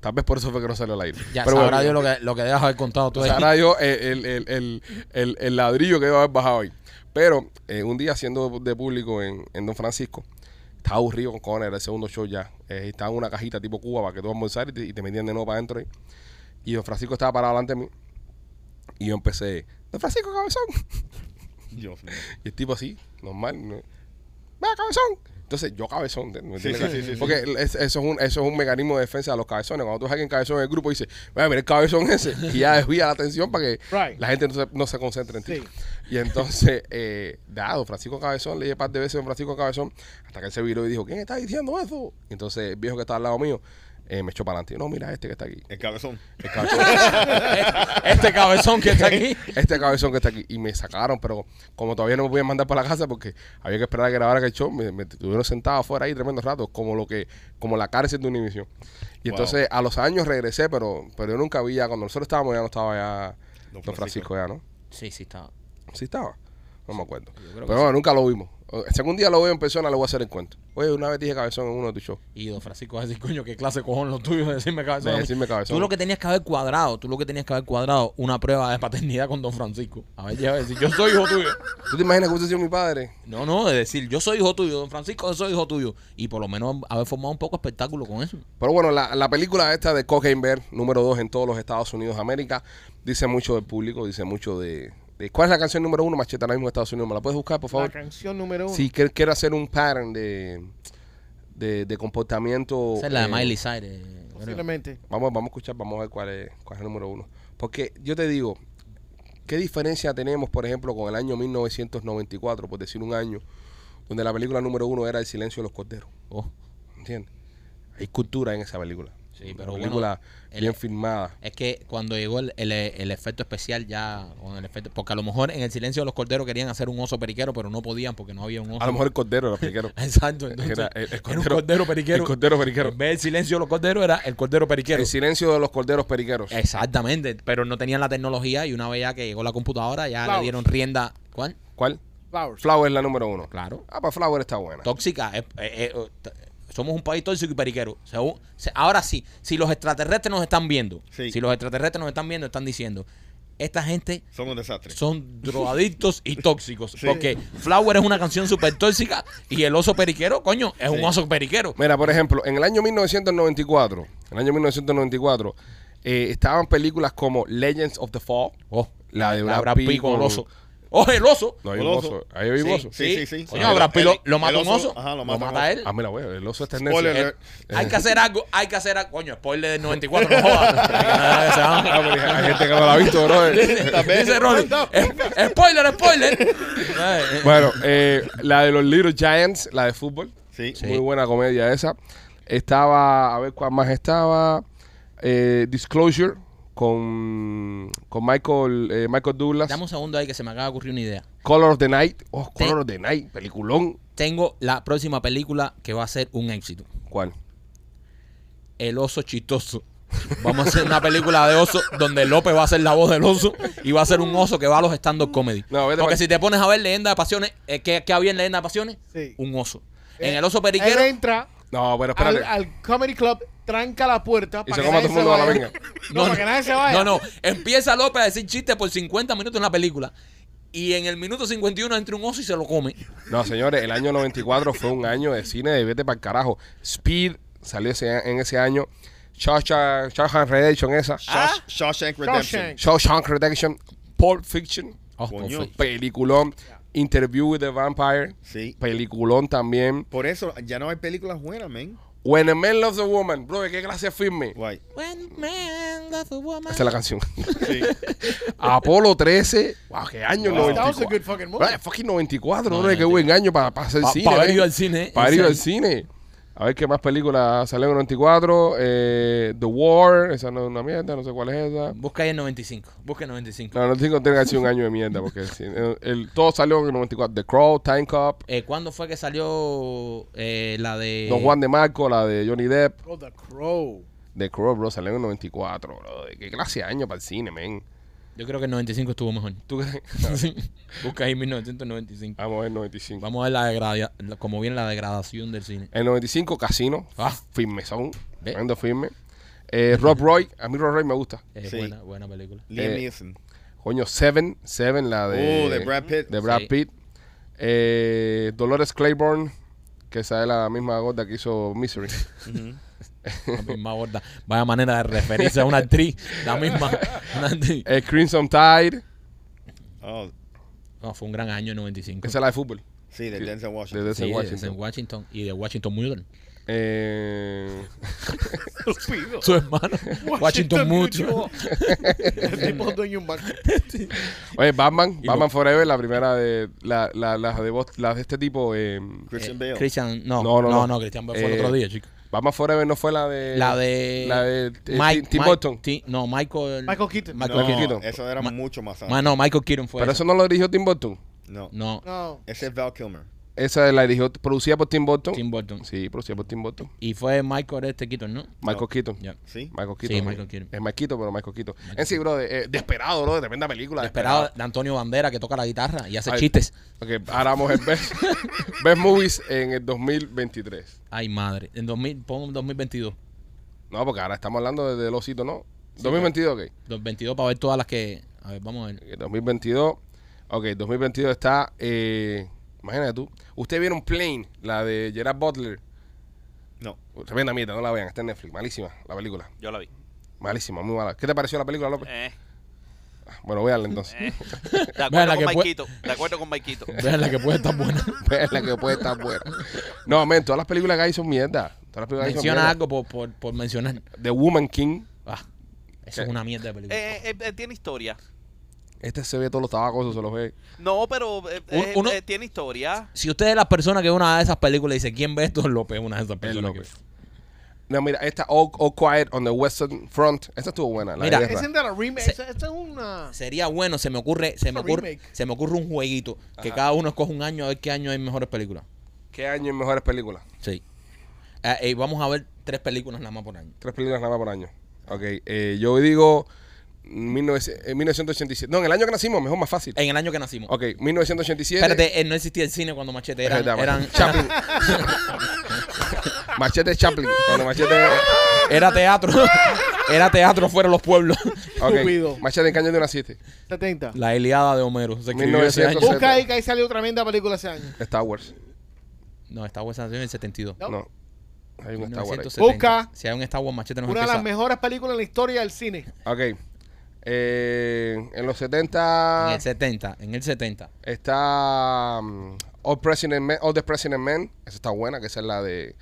A: Tal vez por eso fue que no salió al aire.
C: Ya
A: pero
C: sabrá
A: bueno,
C: Dios lo que, lo que debas haber contado tú. ahí.
A: Sabrá Dios eh, el, el- el- el- el- el ladrillo que iba a haber bajado ahí. Pero eh, un día haciendo de público en, en Don Francisco, estaba aburrido con cojones, era el segundo show ya. Eh, estaba en una cajita tipo Cuba para que tú almorzaras y te, y te metían de nuevo para adentro ahí. Y Don Francisco estaba parado delante de mí. Y yo empecé, Don Francisco, cabezón.
E: Dios mío.
A: Y el tipo así, normal. ¿no? ¡Ve, cabezón! Entonces, yo cabezón. ¿entiendes? ¿Me
E: Sí,
A: entiendes?
E: sí, sí, sí, sí.
A: Porque es- eso, es un, eso es un mecanismo de defensa de los cabezones. Cuando tú ves a alguien cabezón en el grupo, dices, mira, mira el cabezón ese. Y ya desvía la atención para que
D: Right.
A: la gente no se, no se concentre en ti.
D: Sí.
A: Y entonces, eh, da, don Francisco Cabezón, le dije un par de veces a don Francisco Cabezón, hasta que él se viró y dijo, ¿quién está diciendo eso? Y entonces, el viejo que está al lado mío, eh, me echó para adelante. No, mira este que está aquí.
E: El cabezón.
A: El cabezón.
C: Este cabezón que está aquí.
A: este cabezón que está aquí. Y me sacaron, pero como todavía no me podían mandar para la casa porque había que esperar a que grabaran el show, me, me tuvieron sentado afuera ahí tremendo rato, como lo que, como la cárcel de Univision. Y
E: Wow.
A: entonces a los años regresé, pero, pero yo nunca vi ya, cuando nosotros estábamos ya no estaba ya Don,
E: Don
A: Francisco.
E: Francisco.
A: ya, ¿no?
C: Sí, sí, estaba.
A: Sí estaba, no me acuerdo.
C: creo
A: Pero
C: que
A: bueno, nunca lo vimos. O- Si algún día lo veo en persona, le voy a hacer el cuento. Oye, una vez dije cabezón en uno de tus shows.
C: Y don Francisco va a decir, coño, qué clase de cojón los tuyos de decirme cabezón.
A: De decirme cabezón.
C: Tú lo que tenías que haber cuadrado, tú lo que tenías que haber cuadrado una prueba de paternidad con don Francisco. A ver, ya a decir, yo soy hijo tuyo.
A: ¿Tú te imaginas que hubiese sido mi padre?
C: No, no, de decir, yo soy hijo tuyo, don Francisco, yo soy hijo tuyo. Y por lo menos haber formado un poco espectáculo con eso.
A: Pero bueno, la, la película esta de Cocaine Bear, número 2 en todos los Estados Unidos de América, dice mucho del público, dice mucho de, de- ¿Cuál es la canción número uno, Macheta, ahora mismo en Estados Unidos? ¿Me la puedes buscar, por
D: La
A: favor?
D: canción número uno.
A: Si que- quiero hacer un pattern de, de, de comportamiento...
C: Esa es la de
A: eh,
C: Miley Cyrus. eh, creo.
D: Posiblemente.
A: Vamos, vamos a escuchar, vamos a ver cuál es, cuál es el número uno. Porque yo te digo, ¿qué diferencia tenemos, por ejemplo, con el año 1994, por decir un año, donde la película número uno era El silencio de los corderos?
C: Oh,
A: ¿Entiendes? Hay cultura en esa película.
C: Sí,
A: Una
C: pero bueno,
A: película
C: el-
A: bien filmada.
C: Es que cuando llegó el, el- el efecto especial ya, con el efecto, porque a lo mejor en el silencio de los corderos querían hacer un oso periquero, pero no podían porque no había un oso.
A: A lo mejor el cordero era periquero.
C: Exacto, entonces
A: Era
C: era,
A: el- el
C: un
A: cordero-
C: cordero periquero.
A: el cordero periquero.
C: En vez del silencio de los corderos era el cordero periquero.
A: El silencio de los corderos periqueros.
C: Exactamente, pero no tenían la tecnología y una vez ya que llegó la computadora ya
D: Flowers.
C: le dieron rienda. ¿Cuál?
A: ¿Cuál?
D: Flowers.
A: Flower es la número uno.
C: Claro.
A: Ah, pues Flower está buena.
C: Tóxica. es- eh, eh, t- somos un país tóxico y periquero. Según- se- ahora sí, si los extraterrestres nos están viendo,
E: Sí.
C: si los extraterrestres nos están viendo, están diciendo, esta gente
E: Son un desastre.
C: son drogadictos y tóxicos.
E: Sí.
C: Porque Flower es una canción súper tóxica y el oso periquero, coño, es un
E: Sí.
C: oso periquero.
A: Mira, por ejemplo, en el año 1994, en el año 1994, eh, estaban películas como Legends of the Fall,
C: Oh,
A: la de Brad
C: la Brad
A: Pitt
C: Pitt con el
A: con-
C: oso. ¡Oh, el oso!
A: No hay un
E: Goloso.
A: oso. Ahí hay un
C: Sí.
A: oso.
E: Sí, sí, sí.
C: Coño,
E: Sí.
C: Brad Pitt lo, lo
E: El
C: mata un
E: oso,
C: oso.
E: ajá, lo
C: lo
E: mata
C: mata,
E: un oso.
C: él.
A: Ah, mira, güey, el oso es
E: Spoiler
A: tendencia.
E: alert.
C: Eh, hay que hacer algo, hay que hacer algo. Coño, spoiler del 94, no jodas. Hay que
E: pues,
C: hacer ese
A: Ah,
C: algo.
A: pero Hay gente que no la ha visto, bro.
C: ah, Dice Ronnie,
E: Ah,
C: "Eh, spoiler, spoiler. Eh, eh,
A: Bueno, eh, la de los Little Giants, la de fútbol.
E: Sí.
C: Sí.
A: Muy buena comedia esa. Estaba, a ver cuál más estaba. eh, Disclosure con, con Michael, eh, Michael Douglas.
C: Dame un segundo ahí que se me acaba de ocurrir una idea.
A: Color of the Night. Oh, Color
C: Te-
A: of the Night, peliculón.
C: Tengo la próxima película que va a ser un éxito.
A: ¿Cuál?
C: El oso chistoso. Vamos a hacer una película de oso donde López va a ser la voz del oso y va a ser un oso que va a los stand-up comedy.
A: No, vete
C: Porque
A: pa-
C: si te pones a ver Leyenda de Pasiones, eh, ¿qué, qué había en Leyenda de Pasiones?
D: Sí.
C: Un oso.
D: Eh,
C: en el oso
D: Él
C: periquero,
D: entra
A: No, pero espérate.
D: al, al comedy club, tranca la puerta.
A: Y
D: pa'
A: se
D: que
A: coma
D: nadie
A: todo el mundo a la
D: vaya.
A: venga.
D: No, para que nadie se vaya.
C: no, no. Empieza López a decir chistes por 50 minutos en la película y en el minuto 51 entra un oso y se lo come.
A: No, señores, el año 94 fue un año de cine de vete para el carajo. Speed salió ese- en ese año. Shawshank Shawshank Redemption esa.
F: ¿Ah?
E: Shawsh- Shawshank Redemption.
D: Shawshank.
A: Shawshank Redemption. Pulp Fiction.
C: Oh,
E: Coño.
C: perfecto.
A: Peliculón. Interview with the Vampire.
E: Sí.
A: Peliculón también.
E: Por eso ya no hay películas buenas, men.
A: When a Man Loves a Woman. Bro, qué clase de filme.
E: Guay.
C: Eh, When man loves a woman.
A: Esa es la canción.
E: Sí.
A: Apolo 13. Wow, qué año
E: Wow.
D: That was a
A: 94.
D: good fucking movie.
A: Right, fucking 94, no, qué buen año para hacer
C: Pa-
A: cine.
C: pa' haber
A: ¿eh?
C: ido al cine, ¿eh?
A: Para haber
C: En
A: ido al
C: serio.
A: cine. A ver qué más películas salen en 94. eh, The War, esa no es una mierda, no sé cuál es esa.
C: Busca ahí el 95. Busca el 95.
A: No, no tengo tiene que haber sido un año de mierda porque el cine- el- el- todo salió en el 94. The Crow, Time Cop,
C: Eh, ¿Cuándo fue que salió eh, la de.
A: Don Juan de Marco, la de Johnny Depp.
D: Oh, the Crow.
A: The Crow, bro, salió en el 94, bro. Qué clase de año para el cine, men.
C: Yo creo que el 95 estuvo mejor.
A: ¿Tú crees?
C: Sí. Busca ahí 1995.
A: Vamos a ver 95.
C: Vamos a ver la degrada- la- cómo viene la degradación del cine.
A: El 95, Casino.
C: Ah.
A: Firme son.
C: Ve.
A: Tremendo firme. Eh, Rob Roy. A mí Rob Roy me gusta.
C: Es
E: Sí.
C: buena, buena película.
E: Liam
A: Eh,
E: Neeson.
A: Coño, Seven. Seven, la de...
C: eh, Uh,
E: oh, de Brad Pitt.
A: de Brad
C: Sí.
A: Pitt. Eh, Dolores Claiborne, que esa es la misma gorda que hizo Misery.
C: La misma gorda. Vaya manera de referirse a una actriz. La misma. una actriz.
A: Eh, Crimson Tide,
E: Oh,
C: No, Ah, fue un gran año el 95.
A: que esa es la de fútbol.
E: sí, de
A: Sí.
E: Denzel
A: De
E: Washington.
A: Denzel
C: Sí, de-
A: Washington.
C: en Washington y de Washington Mutual.
A: Eh,
D: Los pido.
C: Su hermano. Washington Eh, Mutual.
D: El tipo es dueño de un banco.
A: oye, Batman,
C: Y
A: Batman
C: lo-
A: Forever, la primera de la, la, las de vos- las de este tipo. eh,
E: Christian
C: Eh,
E: Bale.
C: Christian, no,
A: No,
C: no,
A: no,
C: no,
A: no.
C: Christian Bale fue el
A: Eh,
C: otro día, chico.
A: Batman Forever no fue la de
C: La de.
A: la de eh, Tim-
C: Mike-
A: Tim
C: Mike-
A: Burton.
C: Ti- no, Michael.
D: Michael Keaton.
C: Michael
E: no,
C: Keaton.
A: Keaton.
E: eso era
C: Ma-
E: mucho más
C: Ma-
E: alto.
C: no, Michael Keaton fue.
A: Pero
C: esa.
A: eso no lo dirigió Tim Burton.
E: No.
C: No,
D: No.
E: Ese es Val Kilmer.
A: Esa la dirigió producida por Tim Burton.
C: Tim Burton.
A: Sí, producida por Tim Burton.
C: Y fue Michael este Keaton, ¿no?
A: Michael Keaton.
C: Ya.
E: ¿Sí?
A: Michael
C: Sí,
A: Keaton.
C: Michael Keaton.
A: Es Maquito, pero Michael Keaton. En sí, bro, de- eh, Desperado, bro, tremenda película.
C: Esperado de Antonio Bandera que toca la guitarra y hace
A: Ay.
C: chistes.
A: Ok, ahora vamos a ver Best, Best Movies en el 2023.
C: Ay, madre. En 2000, pon 2022.
A: No, porque ahora estamos hablando de, de los hitos, ¿no? 2022, ok.
C: Los 22 para ver todas las que. A ver, vamos a ver.
A: Ok, 2022. Ok, 2022 está. Eh, imagínate tú. Ustedes vieron Plane, la de Gerard Butler.
E: No.
A: Tremenda mierda, no la vean, está en Netflix. Malísima la película.
F: Yo la vi.
A: Malísima, muy mala. ¿Qué te pareció la película, López?
F: Eh,
A: Bueno, véanla entonces.
F: eh. De
C: Vean la
F: acuerdo con
C: que fue-
F: Maiquito. De acuerdo con Maiquito.
C: Vean la que puede estar buena.
A: Véanla que puede estar buena. No, men, todas las películas que hay son mierda. Todas las películas que hay son
C: Menciona
A: mierda.
C: algo por, por, por mencionar.
A: The Woman King.
C: Ah, eso es una mierda de película.
F: Eh, eh, eh, tiene historia.
A: Este se ve todos los tabacos, se los ve.
F: No, pero eh,
C: Un-
F: eh,
C: uno-
F: eh, tiene historia.
C: si usted es la persona que ve una de esas películas y dice, ¿quién ve esto? Es López, una de esas personas. que
A: López. No, mira, esta All, All Quiet on the Western Front. Esta estuvo buena. La
C: Mira,
A: guerra.
D: Esa era remake.
C: Se-
D: Esa esa es una.
C: Sería bueno, se me ocurre, se me
D: un
C: ocurre,
D: remake.
C: se me ocurre un jueguito que cada uno escoja un año a ver qué año hay mejores películas.
A: ¿Qué año en mejores películas?
C: Sí. Eh, eh, vamos a ver tres películas nada más por año.
A: Tres películas nada más por año. Ok, eh, yo digo eh, 19 en 1987. No, en el año que nacimos, mejor, más fácil.
C: En el año que nacimos.
A: Ok, 1987.
C: Eh. Espérate, eh, no existía el cine cuando Machete eran,
A: Espérate,
C: eran-
A: Chaplin.
C: era,
A: Machete Chaplin. Cuando Machete.
C: era teatro. era teatro fuera de los pueblos.
A: Ok.
D: Estúpido.
A: Machete, ¿en qué año tú naciste?
D: 70.
C: La Iliada de Homero. Se escribió ese año.
A: 1900.
D: Busca ahí que ahí salió tremenda película ese año.
A: Star Wars.
C: No, Star Wars nació en el 72.
D: No.
A: No. Hay un Star Wars. ahí.
C: 1970.
D: Busca.
C: Si hay un Star Wars, Machete nos
D: Una de las
C: empieza.
D: mejores películas en la historia del cine.
A: Ok. Eh, en los
C: En
A: 70
D: Ah.
C: el 70, en el 70.
A: está mm, All, President Men, All the President Men. Esa está buena, que esa es la de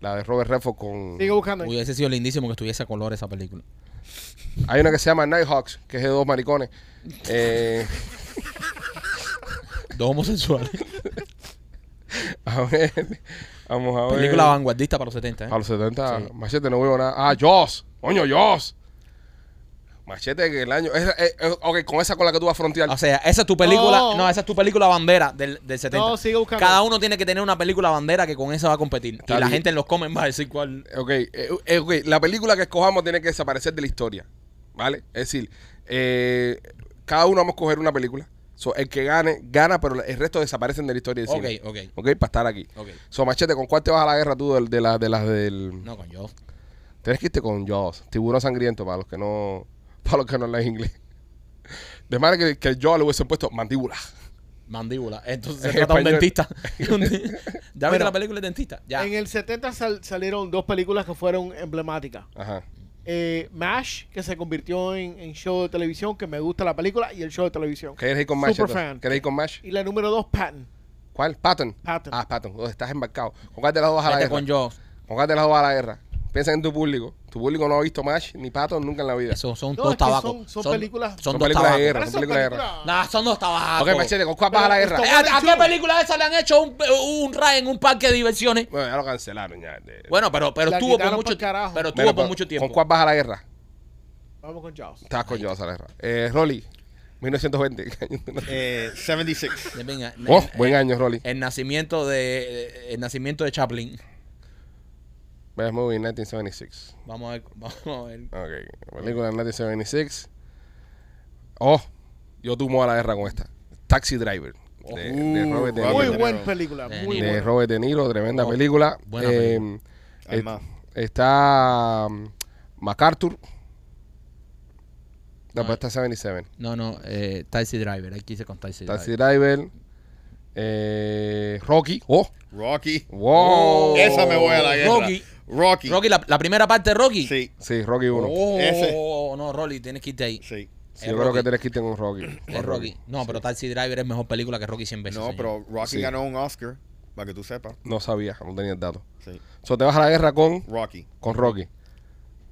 A: la de Robert Redford con...
D: Sigue buscando. ahí.
C: Hubiese sido lindísimo que estuviese a color esa película.
A: Hay una que se llama Nighthawks, que es de dos maricones. Eh,
C: Dos homosexuales.
A: a ver, vamos a ver.
C: Película vanguardista para los 70. ¿eh?
A: A los 70, machete, no veo nada. Ah, Jaws. Coño, Jaws. Machete que el año. es- es- es- ok, con esa con la que tú vas a frontear.
C: O sea, esa es tu película.
D: No.
C: No, esa es tu película bandera del, del 70.
D: No, sigue buscando.
C: Cada uno tiene que tener una película bandera que con esa va a competir. y la
A: bien.
C: gente en los comments va a decir cuál.
A: Ok, eh, eh, ok, la película que escojamos tiene que desaparecer de la historia, ¿vale? Es decir, eh, cada uno vamos a coger una película. So, el que gane, gana, pero el resto desaparecen de la historia del
C: Ok,
A: cine.
C: ok.
A: Ok, para estar aquí.
C: Ok.
A: So, Machete, ¿con cuál te vas a la guerra tú del- de, las de las del...?
C: No, con yo.
A: Tienes que irte con Jaws, Tiburón Sangriento, para los que no para los que no hablan inglés. De manera que, que yo le hubiesen puesto mandíbula.
C: Mandíbula. Entonces se
A: En
C: trata de un
A: español.
C: dentista. Un di- ¿Ya viste
D: Bueno,
C: la película del dentista? Ya.
D: En el 70 sal- salieron dos películas que fueron emblemáticas.
A: Ajá.
D: Eh, MASH, que se convirtió en, en show de televisión, que me gusta la película, y el show de televisión.
A: ¿Quieres ir con Mash?
D: Superfan.
A: entonces? ¿Quieres ir con Mash?
D: Y la número dos, Patton.
A: ¿Cuál? Patton.
D: Patton.
A: Ah, Patton. Oh, estás embarcado. ¿Con cuál de las dos vas a la
C: Vete
A: guerra?
C: con yo.
A: Póngate las dos a la guerra. Piensa en tu público. Tu público no ha visto Mash ni Pato nunca en la vida.
C: Eso son
D: No,
C: dos
D: es que son-
C: tabacos.
D: son películas-
C: Son,
A: Son
C: dos
A: películas de
C: tabacos.
A: guerra.
D: Ahora son
A: película de
D: películas-
C: Nah, son dos tabacos.
A: ok, Machete, ¿con cuál vas a la guerra?
D: Pero
A: Eh,
D: esto-
C: ¿A, a qué
D: Chum.
C: película esa le han hecho un, un ray en un parque de diversiones?
A: Bueno, ya lo cancelaron ya. De-
C: Bueno, pero, pero
D: La
C: estuvo por
D: quitaron
C: mucho
D: pa'l carajo.
C: Pero
A: Mira,
C: estuvo por
A: pero,
C: mucho tiempo.
A: ¿Con cuál vas a la guerra?
D: Vamos con Jaws.
A: Estás con yo a la guerra. Eh, Rolly, 1920.
E: Eh, 76.
C: Eh, venga,
A: oh,
C: eh,
A: buen
C: eh,
A: año, Rolly.
C: El nacimiento de eh, el nacimiento de Chaplin.
A: Best movie 1976.
C: Vamos a ver, vamos a ver.
A: Ok, película 1976. Oh, yo tumo a la guerra con esta. Taxi Driver. De, de Robert De
E: Uh,
A: Niro.
D: Muy
E: Robert De
D: buena
E: Niro.
D: película,
C: De
D: muy
C: Niro.
A: de
D: buena.
A: Robert De Niro, tremenda
C: Oh,
A: película.
C: buena
A: Eh,
E: Hay
A: et-
E: más.
A: está mm, MacArthur. No, pero está 77.
C: No, no, eh, Taxi Driver. Aquí se con Taxi Driver.
A: Taxi Driver. eh, Rocky. Oh,
E: Rocky.
A: wow.
C: Oh.
E: Esa me voy a la guerra.
C: Rocky.
E: Rocky. Rocky.
C: Rocky, la, la primera parte de Rocky.
E: Sí,
A: Sí, Rocky 1.
C: Oh,
E: Ese.
C: no, Rolly, tienes que irte ahí.
A: Sí,
C: es
E: sí.
A: yo creo
C: Rocky.
A: que tenés que irte con Rocky.
C: Es Rocky. No, pero Taxi Driver es mejor película que Rocky 100 veces.
E: No,
C: señor.
E: pero Rocky
A: Sí.
E: ganó un Oscar, para que tú sepas.
A: No sabía, no tenía el dato.
E: Sí.
A: So, te vas a la guerra con,
E: Rocky.
A: con Rocky.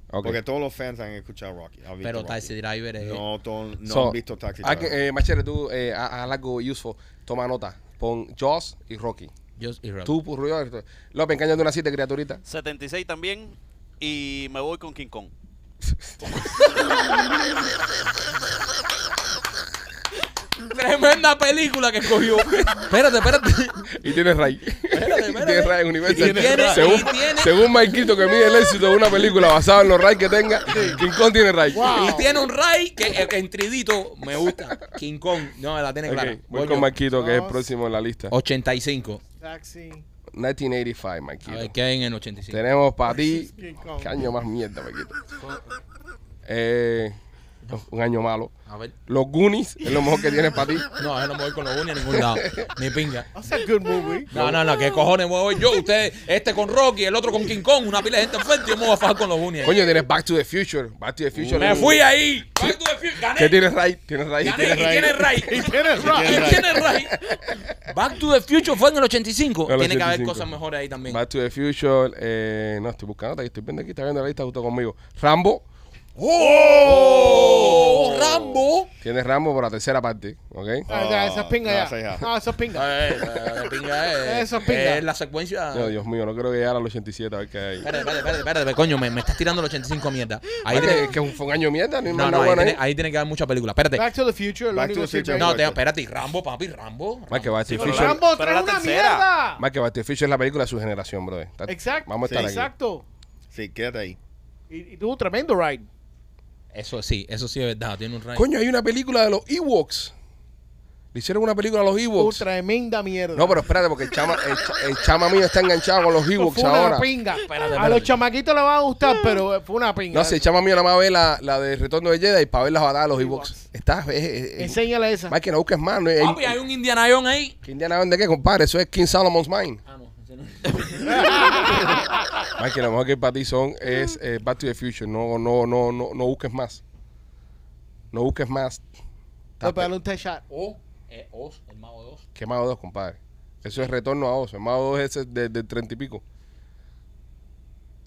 A: Ok.
E: Porque todos los fans han escuchado Rocky. han visto
C: Pero
E: Rocky.
C: Taxi Driver es.
E: No, todos no
A: So,
E: han visto Taxi
A: hay que-
E: Driver.
A: eh, Machere, tú eh, haz haz algo useful. Toma nota. Pon Jaws y Rocky.
C: Just y Rocky.
A: Tú, Purruyo. López, engañate una cita, criaturita.
F: 76 también. Y me voy con King Kong.
C: Tremenda película que escogió. espérate, espérate.
A: Y tienes Ray.
C: Espérate,
A: Y
C: espérate.
A: tienes Ray en Universal.
C: Y tiene-
A: según,
C: y tiene-
A: según Marquito, que mide el éxito de una película basada en los Ray que tenga, King Kong tiene Ray.
D: Wow.
C: Y
E: Oh.
C: tiene un Ray que eh, en tridito me gusta. King Kong. No, la tiene
A: Ok,
C: clara.
A: voy
C: Voy
A: con
C: yo.
A: Marquito, que es el
D: Dos.
A: próximo en la lista.
C: Oh. 85.
D: Taxi.
A: 1985,
C: A ver,
A: Marquito.
C: ¿qué hay en el 85?
A: Tenemos para ti.
D: King Kong.
A: ¿Qué año más mierda, Marquito? Eh, un año malo.
C: A ver.
A: Los Goonies es lo mejor que tienes para ti.
C: No, yo no me voy con los unis a ningún lado. Ni pinga.
D: That's a good movie.
C: No, no, no, ¿qué cojones voy yo? Usted, este con Rocky, el otro con King Kong, una pila de gente enfrente, yo me voy a fajar con los unis.
A: Eh, Coño, tienes Back to the Future. Back to the Future.
C: Me fui ahí. Back to the future.
A: ¿Qué
C: Gané.
A: tienes Ray? Tienes Ray.
C: Gané.
A: Tienes
C: Y tiene Ray.
D: Tienes razón.
C: Y tiene Ray. Back to the Future fue en el 85.
A: En el
C: Tiene que haber
A: 85.
C: cosas mejores ahí también.
A: Back to the Future. Eh, no, estoy buscando, estoy viendo aquí, está viendo la lista justo conmigo. Rambo.
C: ¡Oh! ¡Rambo!
A: Tienes Rambo por la tercera parte, ¿ok?
D: Ah, ya, esa es pinga
E: No,
D: ya.
E: esa ya.
D: Ah, esa es pinga.
C: Eh, eh, pinga, eh.
D: Eso es pinga.
C: Eh, la secuencia.
A: No, Dios mío, no creo que llegar a los 87 a ver qué hay.
C: Espérate, espérate, espérate, espérate, coño, me, me estás tirando el 85 a mierda. Ahí
A: Ahí
C: tiene,
A: que fue un año de mierda, no hay
C: no,
A: más
C: no,
A: nada
C: ahí,
A: bueno
C: tiene,
A: ahí.
C: ahí tiene que haber mucha película. Espérate.
D: Back to the Future. lo
E: Back to
D: único
E: the
D: que
E: Future.
D: sirve.
C: No, te- espérate, y Rambo, papi, Rambo.
A: Más que Back to the
F: pero
A: Future.
D: Rambo
F: Pero
D: 3
F: la
D: es una
F: tercera.
D: mierda.
A: Más que Back to the Future es la película de su generación, brother. Está-
D: Exacto.
A: Vamos a estar aquí.
D: Exacto.
E: Sí, quédate ahí.
D: Y, y tuvo un tremendo ride.
C: Eso sí, eso sí es verdad. Tiene un rango.
A: Coño, hay una película de los Ewoks. Le hicieron una película a los
D: Tuvo
A: Ewoks.
D: tremenda mierda.
A: No, pero espérate, porque el chama, el, cha- el chama mío está enganchado con los
D: Eso
A: Ewoks
D: fue una
A: ahora.
D: pinga. A
C: espérate.
D: los chamaquitos les va a gustar, pero eh, fue una pinga.
A: No sé, el chama mío nada más ve la, la de Retorno de Jedi para ver las batallas de los Ewoks.
D: Ewoks.
A: Está, es, es- es-
D: Enséñale esa.
A: Más que no busques más. No, eh, hay-
C: Papi, hay un Indiana Jones ahí.
A: ¿Qué Indiana Jones de qué, compadre? Eso es King Solomon's Mine.
C: Ah, no.
A: Más que lo mejor que para ti son es eh, Back to the Future. No, no, no, no, no busques más. No busques más.
D: Voy a pegarle un test shot.
C: O, eh, Oz, el mago de Oz.
A: ¿Qué más dos, compadre? Eso es Retorno a Oz. El Mago 2 es del de treinta y pico.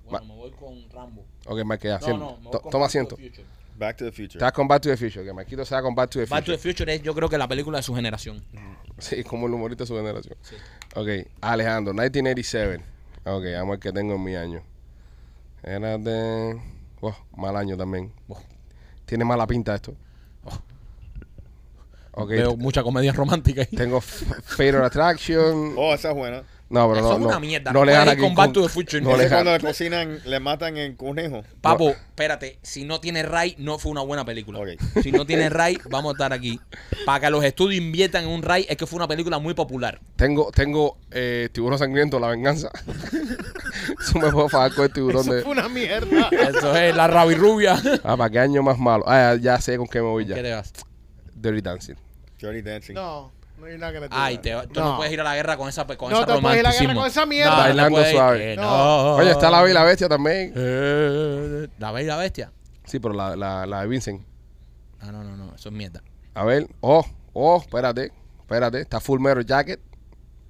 C: Bueno, me voy con Rambo.
A: Ok, más que ya.
C: No,
A: siéntate.
C: no, me voy
A: Ah, To-
C: con
A: Toma
C: Back to the
A: asiento.
C: Future.
E: Back to the Future.
A: Estás con Back to the Future. Que Marquito sea con Back to the Future.
C: Back to the Future es, yo creo que la película de su generación.
A: Sí, como el humorista de su generación. Ok, Alejandro, 1987. Ok, vamos al que
C: Oh.
A: tengo en mi oh, año. Era de. Wow, mal año también.
C: Wow.
A: Tiene mala pinta esto. Ok.
C: Oh. Veo mucha comedia romántica ahí.
A: Tengo F- Fatal Attraction.
E: Oh, esa es buena.
A: No, pero
C: Eso
A: no.
C: es una
A: no,
C: mierda.
A: No le
C: Puedes
A: gana
C: ir
A: King
C: con Back
A: Kong.
C: to the Future.
A: No
E: Ese
A: le
E: es cuando
A: gana.
E: le cocinan, le matan en conejo.
C: Papo, espérate, si no tiene Ray, no fue una buena película.
E: Ok.
C: Si no tiene Ray, vamos a estar aquí. Para que los estudios inviertan en un Ray, es que fue una película muy popular.
A: Tengo, tengo eh, Tiburón Sangriento, La Venganza. Eso me puedo fajar con el tiburón
D: Eso
A: de.
D: fue una mierda.
C: Eso es la rabirrubia.
A: Ah, ¿para qué año más malo? Ah, ya, ya sé con qué me voy ya.
C: ¿Qué te vas?
A: Dirty Dancing.
E: Dirty Dancing.
D: No, no hay nada que le tenga.
C: Ay, te, tú no. puedes ir a la guerra con esa con
D: No
C: ese
D: te puedes ir a la guerra
C: romanticismo.
D: con esa mierda.
C: no
A: Bailando
C: puedes ir.
A: suave.
C: Eh,
D: No.
C: no.
A: Oye, está La Bella y la Bestia también.
C: Eh, la Bella y la Bestia.
A: Sí, pero la, la, la de Vincent.
C: Ah, no, no, no, eso es mierda.
A: A ver. Oh, oh, espérate. Espérate. Está Full Metal Jacket.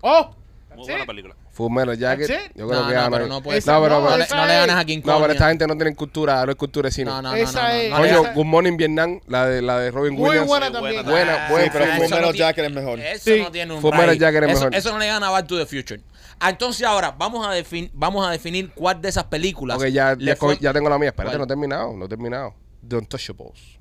D: ¡Oh!
F: Muy
D: Sí.
F: buena película.
A: Full Metal Jacket.
D: That's it.
A: Yo creo
C: No,
A: que
C: no,
A: gana.
C: pero no puede
D: Esa
A: No, pero,
D: no,
A: pero-
C: No, le-
D: esa
C: no le ganas
D: es.
C: a King Kong.
A: no, pero esta
C: ya.
A: gente no tiene cultura, no es cultura de cine.
C: No, no, no,
D: Esa
C: no, no,
D: es-
C: no le
A: Coño,
C: ganas-
A: Good Morning Vietnam, la de, la de Robin
D: Muy
A: Williams.
D: buena
F: muy
D: también.
F: buena.
A: Buena, buena.
E: Sí, pero
A: Ah,
E: fue
A: eso
C: no
E: menos
C: tiene-
E: Jack es mejor.
C: Eso
D: Sí.
C: no tiene un
A: Fue menos
C: raíz.
A: ya que eres
C: eso,
A: mejor.
C: eso no le gana a Back to the Future. Ah, Entonces ahora vamos a, defin- vamos a definir cuál de esas películas.
A: Ok, ya,
C: le
A: ya,
C: fue-
A: co- ya tengo la mía. Espérate,
C: ¿Cuál?
A: no he terminado, no he terminado. The Untouchables.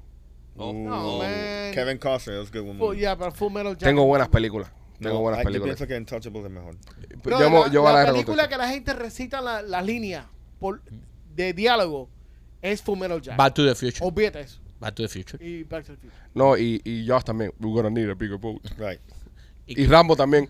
F: Oh,
D: No,
F: oh.
D: man.
E: Kevin Costner es good one.
D: Full, ya, pero Full Metal Jacket.
A: Tengo buenas películas.
E: No,
A: Tengo buenas
E: ah, Yo
A: películas.
E: pienso que Untouchables es mejor.
A: Yo,
D: Brother,
A: mo-
D: la,
A: yo voy a
D: la
A: la guerra con
D: película
A: todo.
D: que la gente recita la- las líneas por- de diálogo es Full Metal Jacket.
C: Back to the Future.
D: Olvídate eso.
C: Back to the Future.
D: Y Back to the Future.
A: No, y, y Josh también. We're gonna need a bigger boat.
E: Right.
A: Y Rambo también.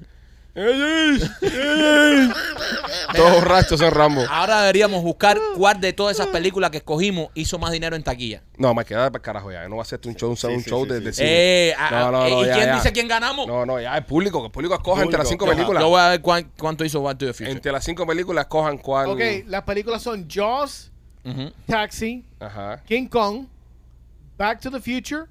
A: Todos borrachos son Rambo.
C: Ahora deberíamos buscar cuál de todas esas películas que escogimos hizo más dinero en taquilla.
A: No, me quedaba para carajo ya. No va a hacerte un show, un, show-
E: Sí,
A: un
E: sí,
A: show
E: sí,
A: de,
E: sí.
A: de cine.
C: Eh, ah,
A: No, no,
C: eh,
A: no,
C: ¿Y
A: ya,
C: quién
A: ya.
C: dice quién ganamos?
A: No, no, ya el público, que el público escoja entre las cinco
E: Público, ajá.
A: películas.
C: Yo voy a ver cuán- cuánto hizo Back to the Future.
A: Entre las cinco películas cojan cuál.
D: Ok, las películas son Jaws,
C: Ujú.
D: Taxi,
A: Ajá.
D: King Kong, Back to the Future.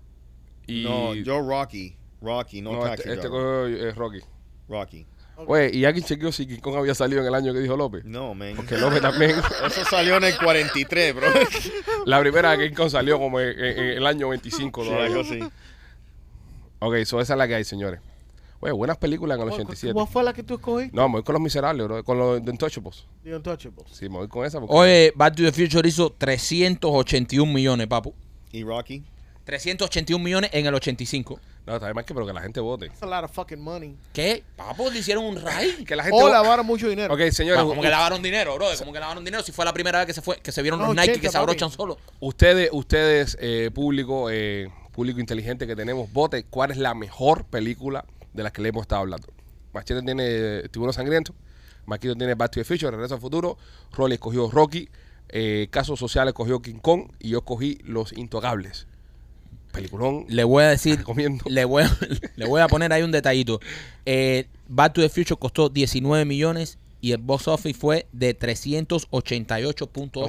A: Y
E: No, yo Rocky. Rocky, no,
A: no,
E: Taxi
A: este, este
E: Driver.
A: cogió eh, Rocky.
E: Rocky.
A: Oye, y alguien chequeó si King Kong había salido en el año que dijo López.
E: No, man.
A: Que López también.
E: Eso salió en el 43, bro. Sí,
A: La primera de King Kong salió como en, en- en el año 25.
E: algo
A: todavía.
E: así.
A: Ok, so esa es la que hay, señores. Oye, buenas películas en el 87.
D: ¿Cuál fue la que tú escogiste?
A: No, me voy con Los Miserables, bro. Con los de Untouchables.
D: The Untouchables.
A: Sí, me voy con esa. porque-
C: Oye, Back to the Future hizo 381 millones, papu.
E: ¿Y Rocky?
C: 381 millones en el 85.
A: No, está bien más que, pero que la gente vote.
D: That's a lot of fucking money.
C: ¿Qué? Papu, le hicieron un raid.
A: Que la gente
D: O
A: vote.
D: lavaron mucho dinero.
A: Ok, señores.
C: como que lavaron dinero, bro. Como que lavaron dinero. Si fue la primera vez que se fue, que se vieron los
D: No,
C: Nike que
D: ochenta,
C: se abrochan
D: papi.
C: solo.
A: Ustedes, ustedes eh, público, eh, público inteligente que tenemos, vote cuál es la mejor película de las que le hemos estado hablando. Machete tiene eh, Tiburón Sangriento, Maquito tiene Back to the Future, Regreso al Futuro, Rolly escogió Rocky, eh, Casos Sociales cogió King Kong y yo escogí Los Intocables. Peliculón.
C: Le voy a decir,
A: Recomiendo.
C: le voy a, le voy a poner ahí un detallito. Eh, Back to the Future costó 19 millones y el box office fue de
A: Estamos
C: 388.8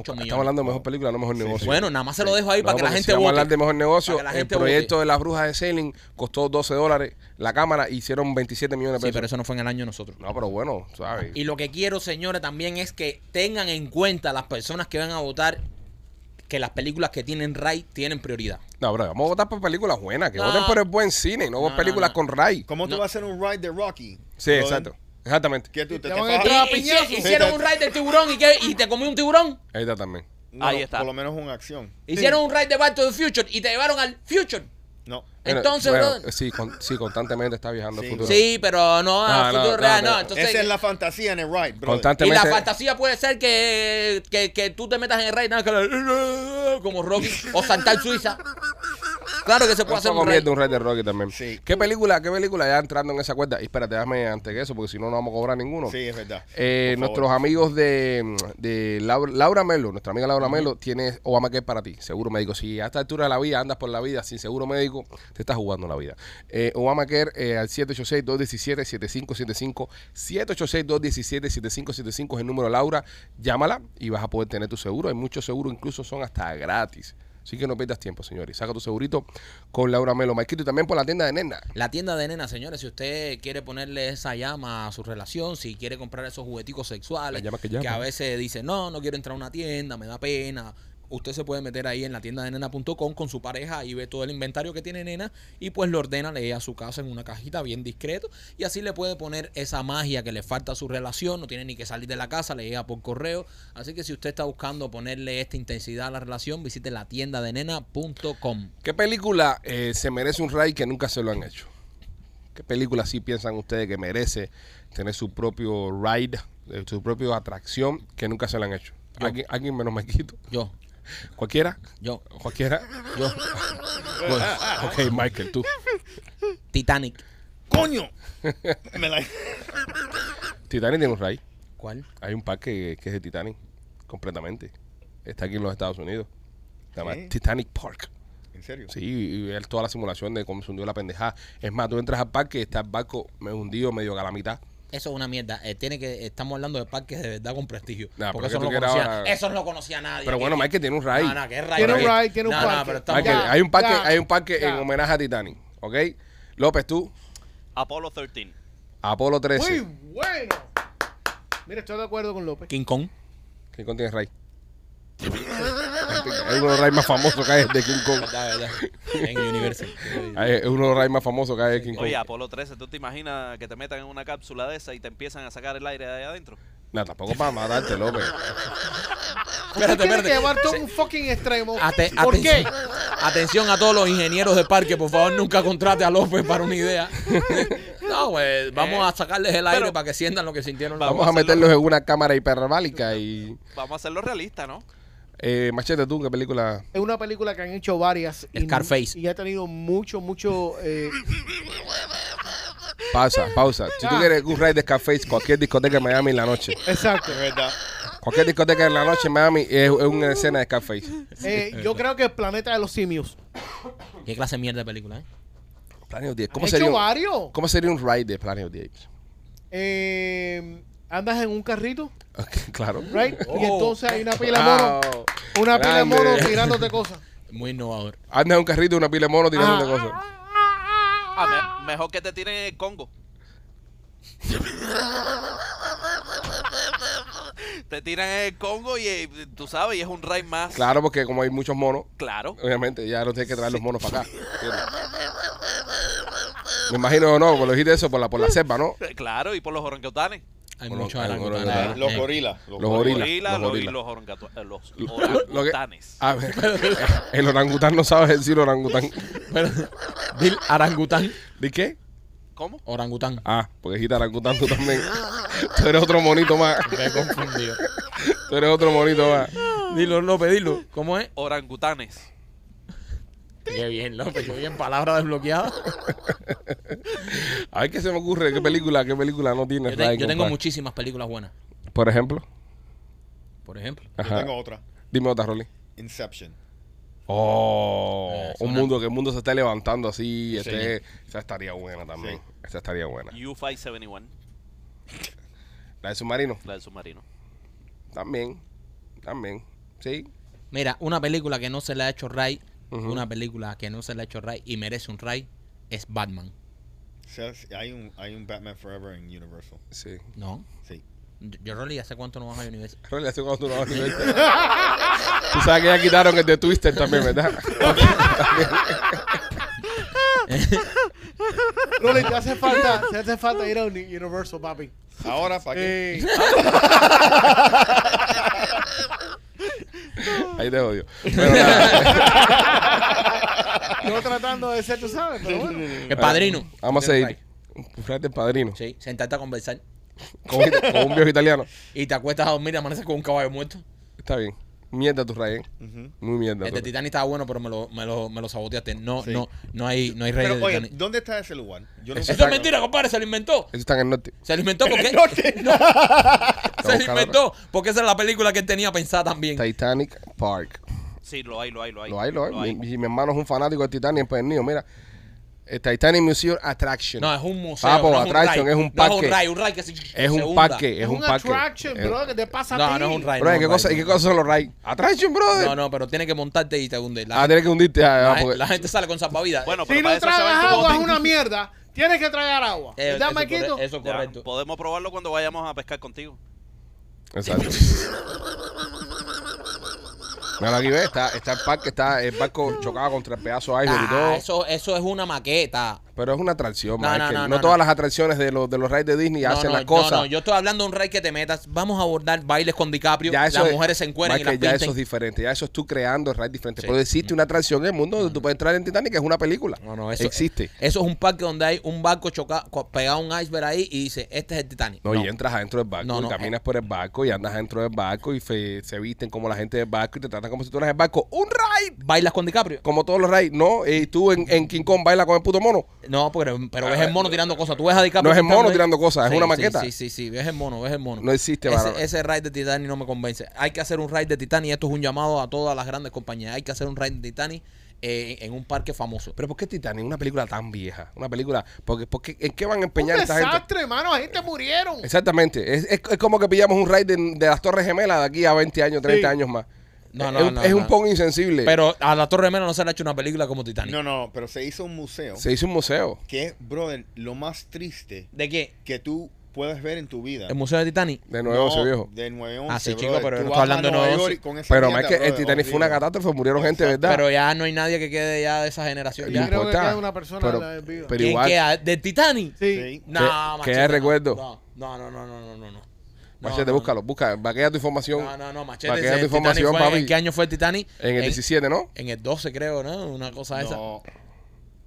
C: millones.
A: hablando de mejor película, no mejor negocio.
C: bueno, nada más se lo dejo ahí
A: No,
C: para que la
A: porque si
C: gente
A: vamos a
C: vote.
A: hablar de mejor negocio,
C: Para que la gente
A: el
C: vote.
A: proyecto de las brujas de Selling costó 12 dólares la cámara hicieron 27 millones de
C: Sí,
A: pesos.
C: pero eso no fue en el año de nosotros.
A: No, pero bueno, ¿sabes?
C: Y lo que quiero, señores, también es que tengan en cuenta las personas que van a votar que las películas que tienen RAI tienen prioridad.
A: No, bro, vamos a votar por películas buenas, que
C: No.
A: voten por el buen cine, no por
C: No,
A: películas
C: no, no.
A: con Ray.
E: ¿Cómo tú vas a hacer un ride de Rocky?
A: Sí,
E: brother?
A: exacto. Exactamente.
E: ¿Qué tú te,
D: Te
E: te
D: van a
E: fajas?
D: entrar a
C: Y- y-
D: piñazo.
C: hicieron un raid de tiburón y, qué? y te comí un tiburón.
A: Ahí está también.
E: No,
F: Ahí
E: no,
F: está.
E: Por lo menos una acción.
C: Hicieron un raid de Back to the Future y te llevaron al Future.
E: No.
A: Bueno,
C: Entonces,
A: bueno,
C: brother.
A: sí, con- sí, constantemente está viajando al
E: Sí.
A: futuro.
C: Sí, pero no,
A: no,
C: al futuro
A: no,
C: real,
A: no.
C: no. Entonces,
E: Esa es la fantasía en el ride, bro.
C: y la
A: Constantemente.
C: fantasía puede ser que, que, que tú te metas en el raid nada, que le- como Rocky o saltar Suiza. Claro que se puede
A: Vamos
C: hacer
A: a
C: un raid.
A: comer de un Ray de Rocky también.
E: Sí.
A: ¿Qué película, qué película ya entrando en esa cuenta? Y espérate, déjame antes que eso, porque si no, no vamos a cobrar ninguno.
E: Sí, es verdad.
A: Eh,
E: Por favor.
A: nuestros amigos de, de Laura, Laura Melo, nuestra amiga Laura Melo, tiene Obamacare para ti, seguro médico. Si a esta altura de la vida andas por la vida sin seguro médico, te estás jugando la vida. Eh, Obamacare eh, al 786-217-7575. 786-217-7575 es el número de Laura. Llámala y vas a poder tener tu seguro. Hay muchos seguros, incluso son hasta gratis. Así que no pierdas tiempo, señores. Saca tu segurito con Laura Melo. Maikito, y también por la tienda de Nena.
C: La tienda de nena, señores, si usted quiere ponerle esa llama a su relación, si quiere comprar esos jugueticos sexuales,
A: La llama que llama.
C: a veces dice, no, no quiero entrar a una tienda, me da pena, usted se puede meter ahí en la tienda de nena.com con su pareja y ve todo el inventario que tiene nena y pues lo ordena, le llega a su casa en una cajita bien discreto y así le puede poner esa magia que le falta a su relación, no tiene ni que salir de la casa, le llega por correo. Así que si usted está buscando ponerle esta intensidad a la relación, visite la tienda de nena.com.
A: ¿Qué película eh, se merece un ride que nunca se lo han hecho? ¿Qué película sí piensan ustedes que merece tener su propio ride, eh, su propia atracción que nunca se la han hecho?
C: Yo.
A: ¿Alguien, alguien menos me quito?
C: Yo,
A: ¿Cualquiera?
C: yo,
A: ¿Cualquiera?
C: yo,
A: Bueno, ok, Michael, tú.
C: Titanic.
E: ¡Coño! Me la-
A: Titanic tiene un ride.
C: ¿Cuál?
A: Hay un parque que es de Titanic, completamente. Está aquí en los Estados Unidos. Se llama
E: Sí.
A: Titanic Park.
E: ¿En serio?
A: Sí, y ver toda la simulación de cómo se hundió la pendejada. Es más, tú entras al parque y está el barco me- hundido medio a la mitad.
C: Eso es una mierda. Eh, tiene que, estamos hablando de parques de verdad con prestigio.
A: Nah, pero
C: porque eso
A: que
C: no,
A: tú
C: lo
A: quieras
C: conocía,
A: ahora-
C: eso no lo conocía nadie.
A: Pero bueno, Michael tiene un ride.
C: No, no, que es ride.
A: Tiene un
C: Porque-
D: ride, tiene un
C: No, no,
D: parque.
C: pero estamos-
A: Hay, que-
D: Ya,
A: hay un parque,
D: ya,
A: hay un parque en
D: ya.
A: homenaje a Titanic, ¿ok? López, tú,
F: Apolo 13.
A: Apolo 13.
D: Muy bueno. Mira, estoy de acuerdo con López.
C: King Kong.
A: ¿Quién contiene Ray? Hay uno de los Ray más famosos que hay de King Kong.
C: Verdad, verdad. En Universal.
A: Hay- Es uno de los Ray más famosos que hay de King Kong.
F: Oye, Apolo 13, ¿tú te imaginas que te metan en una cápsula de esa y te empiezan a sacar el aire de ahí adentro?
A: No, tampoco para matarte, López.
D: Usted
C: Espérate,
D: tiene que
C: espérate.
D: llevar todo un fucking extremo.
C: Ate-
D: ¿Por
C: atención,
D: qué?
C: atención a todos los ingenieros de parque, por favor, nunca contrate a López para una idea. No, pues vamos a sacarles el aire
F: Pero-
C: para que sientan lo que sintieron. los-
A: Eh, Vamos a meterlos en una cámara hiperbálica y...
F: Vamos a hacerlo realista, ¿no?
A: Eh, machete, tú, ¿qué película?
D: Es una película que han hecho varias. y-
C: Scarface.
D: Y, ha tenido mucho, mucho. eh,
A: Pausa, pausa. Si tú quieres un ride de Scarface, cualquier discoteca en Miami en la noche.
D: exacto.
E: Es verdad.
A: Cualquier discoteca en la noche en Miami es, es una escena de Scarface.
D: Eh, yo creo que el planeta de los simios.
C: ¿Qué clase de mierda de película? eh?
A: Planet of the Apes.
D: ¿Cómo
A: ¿Cómo
D: han hecho
A: sería, un,
D: varios.
A: ¿Cómo sería un ride de Planet of the Apes?
D: Eh, andas en un carrito,
A: Ok, claro.
D: right? Y
C: Oh. Ah,
D: entonces hay una pila de monos.
A: Wow.
D: Una pila de
A: Grande.
D: monos tirándote cosas.
C: Muy innovador.
A: Anda Ah, en un carrito y una pila de mono tirando de cosas.
F: Ah, me- mejor que te tiren en el Congo. te tiran en el Congo y eh, tú sabes, y es un raid más.
A: Claro, porque como hay muchos monos,
F: Claro.
A: obviamente ya no tienes que traer los monos para acá. ¿entiendes? Me imagino, no, pues lo dijiste eso por la, por la selva, ¿no?
F: Eh, Claro, y por los orangutanes.
C: Hay
A: Bueno,
C: muchos
A: hay
C: orangutanes.
A: orangutanes.
E: Ah, Los
C: Eh,
E: gorilas. Los
A: Los
E: gorilas.
A: Gorila,
F: Gorila,
A: los
F: lo- y
A: gorila.
F: los, orangutu- eh, los
A: Lo que-
F: orangutanes.
A: a ver, Ah, el orangután no sabe decir orangután.
C: pero- Dil orangután.
A: ¿De qué?
F: ¿Cómo?
C: Orangután.
A: Ah, porque dijiste orangután tú también. Tú eres otro monito más.
C: Me he confundido.
A: Tú eres otro monito más.
C: Dilo, López, dilo. ¿Cómo es?
F: Orangutanes.
C: Qué bien, López. Qué bien, palabra desbloqueada.
A: A ver qué se me ocurre, qué película, qué película no tiene.
C: Yo, te-
A: Ryan
C: yo tengo
A: Gosling?
C: muchísimas películas buenas,
A: Por ejemplo,
C: por ejemplo.
E: Yo
A: Ajá.
E: tengo otra.
A: dime otra, Rolly.
E: Inception.
A: Oh,
C: Eh,
A: un
C: suena-
A: mundo que el mundo se está levantando así. Este, esa estaría buena también.
E: Sí.
A: Esa estaría buena.
F: U571,
A: La de submarino,
F: la del submarino.
A: también. También. Sí.
C: Mira, una película que no se le ha hecho Ray,
A: Ujú.
C: una película que no se le ha hecho Ray y merece un Ray es Batman.
E: Se- se- Hay un, hay un Batman Forever en Universal.
A: Sí.
C: No.
E: Sí.
C: Yo, yo, Rolly, ¿hace cuánto no vas a Universal?
A: Rolly, hace cuando tú no vas a nivel. Tú sabes que ya quitaron el de Twister también, ¿verdad?
D: Rolly, te hace falta, te hace falta ir a un Universal, papi.
E: Ahora, ¿para qué?
D: Eh,
A: Ahí te odio. Pero nada,
D: yo tratando de ser, tú sabes, pero bueno.
C: El padrino.
A: Eh, vamos a
C: Tiene
A: seguir. Un rey del padrino.
C: Ray. Sí, sentarte a conversar.
A: Con, un- con un viejo italiano.
C: Y te acuestas a dormir y amaneces con un caballo muerto.
A: Está bien. Mierda tu rey. ¿eh?
E: Ujú.
A: Muy mierda.
C: El de
A: tu-
C: Titanic estaba bueno, pero me lo, me lo, me lo saboteaste. No,
E: Sí.
C: no, no hay, no hay rey
E: Pero,
C: de
E: oye,
C: Titanic.
E: ¿dónde está ese lugar? Yo no
A: Eso
C: Eso
A: está-
C: es mentira, compadre, se lo inventó.
A: Eso está en el norte.
C: Se lo inventó porque. No. se lo inventó porque esa era la película que él tenía pensada también.
A: Titanic Park.
F: Sí, lo hay, lo hay, lo hay.
A: Lo hay, lo hay. Mi, mi- mi hermano es un fanático de Titanic, pues el niño, mira. El Titanic Museum Attraction.
C: No, es un museo.
A: Papo,
C: no
A: attraction, Ah, pues es
C: ride.
A: un
C: No es
A: parque.
C: un ray, un ray que se,
A: Es
C: se
A: un
C: hunda.
A: parque, es un
D: una
A: parque.
D: attraction,
A: Es-
D: bro, que te pasa a
C: No,
D: ti.
C: no es un ray.
A: Bro, ¿y
C: no es
A: ¿qué,
C: un
A: cosa,
C: ride.
A: ¿y qué cosas son los rides? Attraction, brother.
C: No, no, pero tiene que montarte y te hunde. La,
A: Ah, tienes que hundirte.
C: la
A: Ah,
C: gen-
A: porque-
C: la gente sale con salvavidas.
F: Bueno, pero
D: Si
F: para
D: no
F: eso se va
D: tragas
F: en tu
D: agua, es
F: bote.
D: una mierda. Tienes que tragar agua.
C: Eh,
D: ¿Verdad,
C: eso, es
D: Maquito?
C: corre- eso es
F: Ya, pues.
C: correcto.
F: podemos probarlo cuando vayamos a pescar contigo.
A: Exacto. Mira, aquí ves, está, está el parque, está el barco chocado contra el pedazo de iceberg y todo.
C: Ah, eso, eso es una maqueta.
A: Pero es una atracción,
C: No,
A: Michael. No,
C: no, no, no,
A: todas
C: no.
A: las atracciones de los, de los rides de Disney
C: No,
A: hacen
C: no,
A: las
C: yo
A: cosas.
C: no, yo estoy hablando de un rey que te metas. Vamos a abordar bailes con DiCaprio.
A: Ya eso
C: las
A: es-
C: mujeres se encuentran y las
A: Michael, ya eso es
C: pinten.
A: diferente. Ya eso es tú creando rides diferentes.
C: Sí. Mm.
A: Pero existe una atracción en el mundo donde tú puedes entrar en Titanic, que es una película.
C: No, no, eso
A: Existe.
C: Eso es un parque donde hay un barco chocado, co- pegado a un iceberg ahí y dice, este es el Titanic.
A: No, y entras adentro del barco,
C: No,
A: y
C: no,
A: caminas por el barco, y andas adentro del barco, y fe- se visten como la gente del barco, y te tratan como si tú eras el barco. ¡Un ride!
C: ¿Bailas con DiCaprio?
A: Como todos los rides. No, y tú en, en King Kong bailas con el puto mono.
C: No, pero, pero ves el mono tirando cosas. Tú ves a DiCaprio.
A: Ah, No es el mono
C: sentado ahí.
A: tirando cosas, es una maqueta.
C: Sí, sí, sí, ves el mono, ves el mono.
A: No existe, bárbaro.
C: ese, ese ride de Titanic no me convence. Hay que hacer un ride de Titanic. Esto es un llamado a todas las grandes compañías. Hay que hacer un ride de Titanic eh, en un parque famoso.
A: Pero ¿por qué Titanic? Una película tan vieja. Una película. Porque, porque, ¿En qué van a
D: Un
A: empeñar esta gente?
D: desastre, hermano. La gente murieron.
A: Exactamente. Es, es- es como que pillamos un raid de, de las Torres Gemelas de aquí a 20 años, 30 años más.
C: No, no,
A: es,
C: no,
A: es un
C: no.
A: poco insensible.
C: Pero a la Torre Mena no se le ha hecho una película como Titanic.
E: No, no, pero se hizo un museo
A: se hizo un museo.
E: que es, brother, lo más triste
C: ¿De qué?
E: que tú puedes ver en tu vida.
C: ¿El Museo de Titanic?
A: De nuevo
E: No,
A: ese viejo.
E: De 911.
C: Ah, sí,
E: brother.
C: chico, pero
E: Tú
C: no
E: vas
C: estoy hablando
E: a
C: de
E: Nueva
C: 9/11.
E: York con esa
A: Pero
E: mierda,
A: es que el
E: brother,
A: Titanic fue una
E: horrible.
A: catástrofe, murieron gente,
E: Exacto.
A: ¿verdad?
C: Pero eh, ya no hay nadie que quede ya de esa generación.
D: Yo
C: Ya.
D: creo que
A: importa.
D: queda una persona
A: Pero-
D: la- viva.
A: pero
C: ¿Quién
A: igual-
C: queda? ¿De Titanic?
D: Sí.
C: No,
A: ¿Qué-
C: machete,
A: qué es
C: no.
A: recuerdo?
C: No, no, no, no, no, no, no.
A: Machete,
C: no, no.
A: búscalo, busca, vaquea tu información.
C: No, no, no, machete.
A: Vaquea
C: ese
A: tu información,
C: Titanic fue-
A: papi.
C: ¿En qué año fue el Titanic?
A: En el 17, ¿no?
C: En el 12, creo, ¿no? Una cosa esa.
E: No.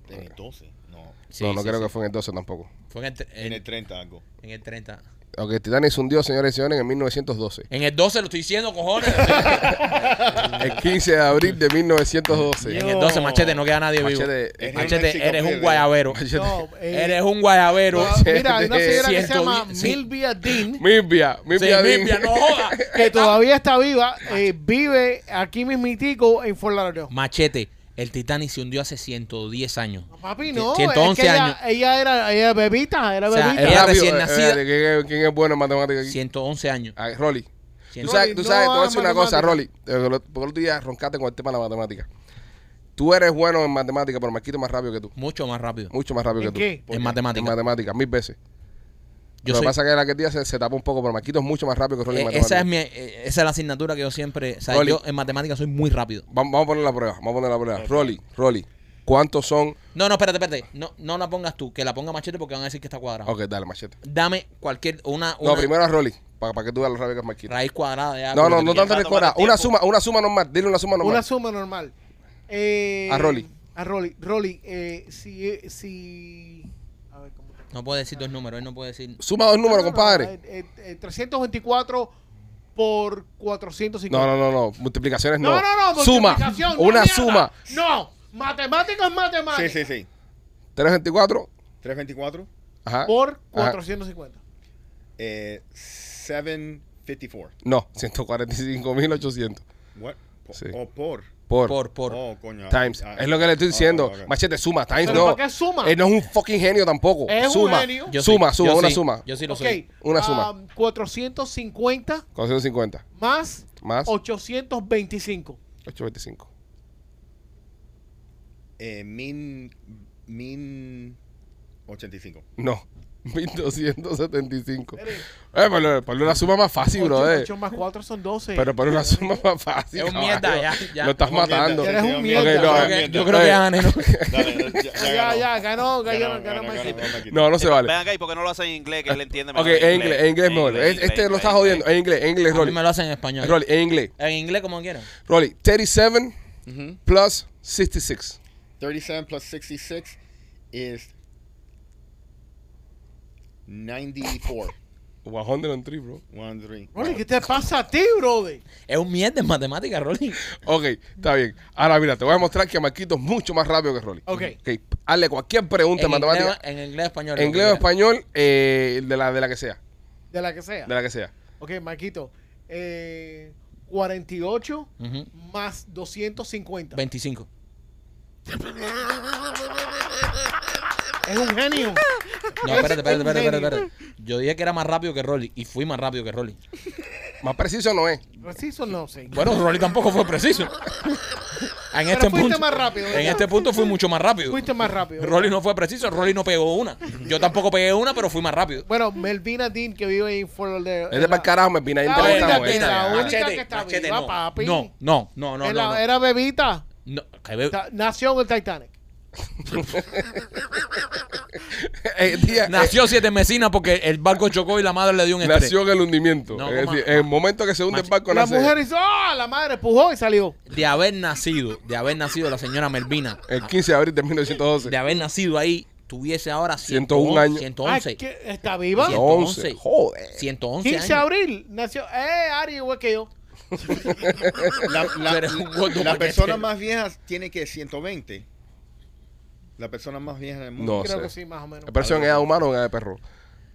E: En el 12, no.
C: Sí,
A: no, no
C: sí,
A: creo
C: sí.
A: que fue en el 12 tampoco.
C: Fue en el, tre- en,
E: En el 30 algo.
C: en el 30.
A: Ok, el Titanic se hundió, señores y señores, en 1912.
C: En el 12 lo estoy diciendo, cojones.
A: El 15 de abril de 1912.
C: en el 12, machete, no queda nadie
A: Machete,
C: vivo.
E: eres una
C: Machete, eres un
E: enciclopedia.
C: guayabero.
A: Machete.
D: No, eh,
C: Eres un guayabero.
D: no, mira, hay una señora que se
C: Ciento
D: llama
C: vi- sí.
D: Milvia Dean.
A: Mimbia,
C: Sí,
A: Mimbia, Dean.
C: limpia, no jodas.
D: que todavía está viva, eh, vive aquí mismitico en Fort Lauderdale.
C: Machete, el Titanic se hundió hace 110 años.
D: Papi, no.
C: 111
D: es que ella,
C: años.
D: ella era, ella era bebita, era
C: O sea,
D: bebita.
C: Ella
A: Rápido,
C: recién
A: eh,
C: nacida.
A: eh, ¿quién, es- quién es bueno en matemática aquí?
C: 111 años.
A: Ah, Rolly. Tú
C: Siento-
A: sabes, tú
D: Rolly,
A: sabes,
D: no
A: te voy a decir
D: hagas
A: una cosa, Rolly.
D: matemática.
A: Eh, lo- Por otro día roncaste con el tema de la matemática. Tú eres bueno en matemática, pero Marquito es más rápido que tú.
C: Mucho más rápido.
A: Mucho más rápido
D: ¿En
A: que
D: qué?
A: tú.
C: En
A: En
C: matemáticas.
A: matemática, mil veces.
C: Yo
A: lo
C: soy-
A: que pasa es que en aquel día se, se tapa un poco, pero Marquito es mucho más rápido que Rolly en
C: eh,
A: matemática.
C: esa, es mi, eh, esa es la asignatura que yo siempre. o sea,
A: Rolly.
C: yo en matemáticas soy muy rápido.
A: vamos, vamos a poner la prueba, vamos a poner la prueba. Rolly, Rolly, ¿cuántos son?
C: No, no, espérate, espérate. No, no la pongas tú, que la ponga machete porque van a decir que está cuadrada.
A: Ok, dale, machete.
C: Dame cualquier. Una,
A: No,
C: una
A: primero a Rolly, para, para que tú veas lo rápido que es Marquito.
C: raíz cuadrada de algo.
A: No, no, no tanto
F: que va a tomar
A: recuerda.
F: el
A: Una
F: tiempo.
A: suma, una suma normal. Dile una suma normal.
D: Una suma normal. Eh,
A: A Rolly.
D: A Rolly. Rolly, eh, si, eh, si... A ver, ¿cómo te-
C: No puede decir dos números, él no puede decir.
A: Suma dos números,
D: No, no,
A: compadre.
D: no, eh, eh, eh, 324 por 450.
A: No, no, no, no. Multiplicaciones no.
D: No, no, no,
A: Suma.
D: multiplicación, no,
A: Una
D: mierda.
A: suma.
D: No, matemáticas,
E: Sí,
C: Ah,
D: matemáticas.
E: sí, sí.
A: 324.
E: 324,
A: Ajá.
D: Por
A: Ajá.
D: 450.
E: eh, 754.
A: No, 145.800.
E: What? Po-
A: Sí.
E: O por.
A: Por.
C: Por, por.
E: Oh, coño.
A: Times.
E: Ah,
A: es lo que le estoy
E: ah,
A: diciendo.
E: ok.
A: Machete, suma. Times
D: ¿Pero
A: no.
D: para qué suma?
A: Él no es un fucking genio tampoco.
D: Es un
A: suma.
D: genio.
C: Yo sí,
A: suma, suma,
C: yo
A: una
C: sí,
A: suma.
C: Yo sí lo
D: Ok,
C: soy.
A: Una suma.
D: ah, 450
A: Con 150.
D: más,
A: Más.
D: 825.
A: 825.
E: Eh, min, min 85.
A: No. 1275. Eh,
D: Espere.
A: ponle, ponle una suma más fácil, bro. Eh.
D: 8 más 4 son 12.
A: Pero ponle una suma más fácil.
C: Es un
A: caballo.
C: mierda, ya, ya.
A: Lo estás
E: Es un mierda.
A: matando.
D: Eres un
E: Ok,
D: mierda.
A: no,
C: Yo creo
A: eh,
C: que-
E: mierda.
C: yo creo que
A: eh.
C: ya gané, ¿no?
E: Dale, ya,
D: ya,
E: ganó.
D: ya, ganó, ganó, ganó,
E: ganó,
D: Maikito.
E: Maikito.
A: eh, No, no se vale. Eh,
F: Ven acá y por qué no lo hacen en inglés, que él entiende
A: Ok,
F: mejor.
A: en inglés, en inglés mejor.
F: inglés,
A: Este
F: inglés,
A: lo está
F: inglés,
A: jodiendo.
F: inglés.
A: En inglés, en inglés,
C: A mí
A: Rolly.
C: me lo hacen en español.
A: Rolly, en inglés.
C: En inglés, como quieran.
A: Rolly, 37 plus 66.
E: 37 plus 66 is 94.
A: 103, bro.
E: One, three.
D: Rolly, ¿qué te pasa a ti, brother?
C: Es un mierda en matemáticas, Rolly.
A: Ok, está bien. Ahora mira, te voy a mostrar que Marquito es mucho más rápido que Rolly.
D: Ok.
A: hazle cualquier pregunta
C: En
A: en
C: inglés,
A: matemática.
C: en inglés,
A: En
C: español. lo que
A: inglés o
C: quieran.
A: español, eh, de, la, de la que sea.
D: De la que sea.
A: De la que sea.
D: Ok, Maquito. Eh, 48
C: Ujú.
D: más 250.
C: 25.
D: Es un genio.
C: No, espérate, espérate, espérate, espérate, espérate. Yo dije que era más rápido que Rolly y fui más rápido que Rolly.
A: Más preciso no es.
D: Preciso no sé.
C: Bueno, Rolly tampoco fue preciso. En este
D: fuiste
C: punto,
D: más rápido,
C: En
D: ¿verdad?
C: este punto fui mucho más rápido.
D: Fuiste más rápido.
C: Rolly no fue preciso, Rolly no pegó una. Yo tampoco pegué una, pero fui más rápido.
D: Bueno, Melvina Dean, que vive en Fort Lauderdale.
A: Es de para el carajo, me pina ahí
D: La
A: te la
D: única
A: estamos,
D: que
A: eh.
D: la única
C: Machete,
D: que está
C: machete,
D: viva,
C: no.
D: papi.
C: No, no, no, no,
D: Es
C: no,
D: la-
C: no.
D: Era bebita.
C: No, que ve-
D: Ta- Nació en el Titanic.
A: Eh, tía, eh,
C: Nació siete mesinas porque el barco chocó y la madre le dio un estrés.
A: nació en el hundimiento.
C: No,
A: es
C: coma-
A: decir, en el momento que se hunde el
C: Machi-
A: barco,
D: la
A: nace
D: mujer hizo, ¡ah! La madre empujó y salió.
C: De haber nacido, de haber nacido la señora Melvina,
A: el 15 de abril de
C: de
A: 1912.
C: haber nacido ahí, tuviese ahora
A: 101
C: 111,
A: años.
D: Ay,
C: 111.
D: ¿qué? ¿Está viva?
C: Sí.
A: 11.
C: 11.
A: Joder.
C: 111
D: 15 de
C: años.
D: abril nació. ¡Eh, Ari, igual que yo!
E: La, la-
C: Pero es un gordo
E: la
C: paquete.
E: persona más vieja tiene que 120. La persona más vieja del mundo.
A: No
D: Creo
A: sé.
D: que sí, más o menos.
A: ¿Es presión en edad humana o en edad de perro?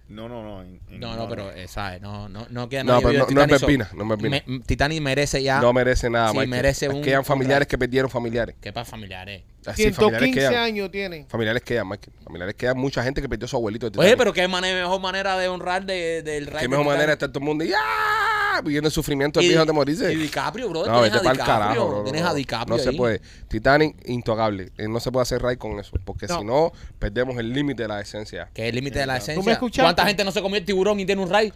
E: No, no, no. en- en-
C: No, no, pero, eh, ¿sabes? No, no, no queda
A: No,
C: nadie
A: pero
C: vivo
A: no- no
C: del
A: es
C: Titanic,
A: Pepina, no es Pepina.
C: me- Titanic merece ya.
A: No merece nada,
C: Sí,
A: Michael.
C: merece
A: Es
C: un-
A: que eran
C: un
A: familiares que perdieron familiares.
C: Que para familiares.
A: Así, familiares
D: 115
A: que eran.
D: años tienen.
A: Familiares que eran, Michael. Familiares que eran. Mucha gente que perdió a su abuelito. de
C: Oye,
A: Titanic.
C: pero qué mane- mejor manera de honrar de- del rey.
A: Qué
C: del
A: mejor manera de
C: Titanic.
A: estar todo el mundo y ¡ah! viviendo el sufrimiento del
C: Y-
A: viejo de morirse.
C: Y DiCaprio, bro.
A: No,
C: tienes
A: vete
C: a
A: para el
C: DiCaprio.
A: carajo. bro, bro,
C: tienes
A: bro.
C: a DiCaprio.
A: No se
C: ahí.
A: puede. Titanic, intocable. Eh, No se puede hacer raid con eso. Porque
D: No.
A: si no, perdemos el límite de la esencia.
C: Que es el límite de la
D: ¿Tú me
C: esencia.
D: escuchaste?
C: ¿Cuánta gente no se comió el tiburón y tiene un raid?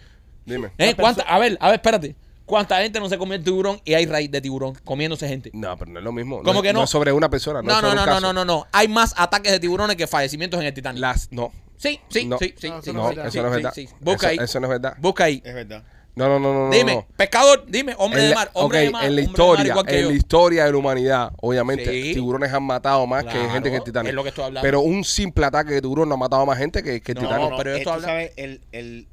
A: Dime.
C: ¿Eh? ¿Cuánta? A ver, a ver, espérate. ¿Cuánta gente no se comió el tiburón y hay raid de tiburón comiéndose gente?
A: No, pero no es lo mismo.
C: ¿Cómo que
A: es-
C: no?
A: es sobre una persona. No,
C: No,
A: es
C: no,
A: sobre
C: no,
A: un
C: no,
A: caso.
C: no, no, no. Hay más ataques de tiburones que fallecimientos en el Titanic.
A: Las, no.
C: Sí, sí,
A: No.
C: sí, sí.
D: No, eso
C: sí,
A: No, eso
C: sí, sí,
A: no es
C: sí,
A: verdad.
C: sí. Busca
A: Eso-
C: ahí.
A: eso no es verdad.
C: Busca ahí.
E: Es verdad.
A: No, no, no, no. no,
C: Dime,
A: no.
C: pescador, dime, hombre
A: En
C: de
A: la-
C: mar, hombre
A: ok,
C: de mar.
A: en la
C: hombre de mar
A: historia,
C: igual que
A: en
C: yo.
A: la historia de la humanidad, obviamente,
C: Sí.
A: tiburones han matado más que
C: Claro,
A: gente que el Titanic.
C: es lo que estoy hablando.
A: Pero un simple ataque de tiburón no ha matado más gente que, que el
C: No,
A: Titanic.
C: pero
E: eh,
C: esto
E: tú
C: habla-
E: sabes, el, el,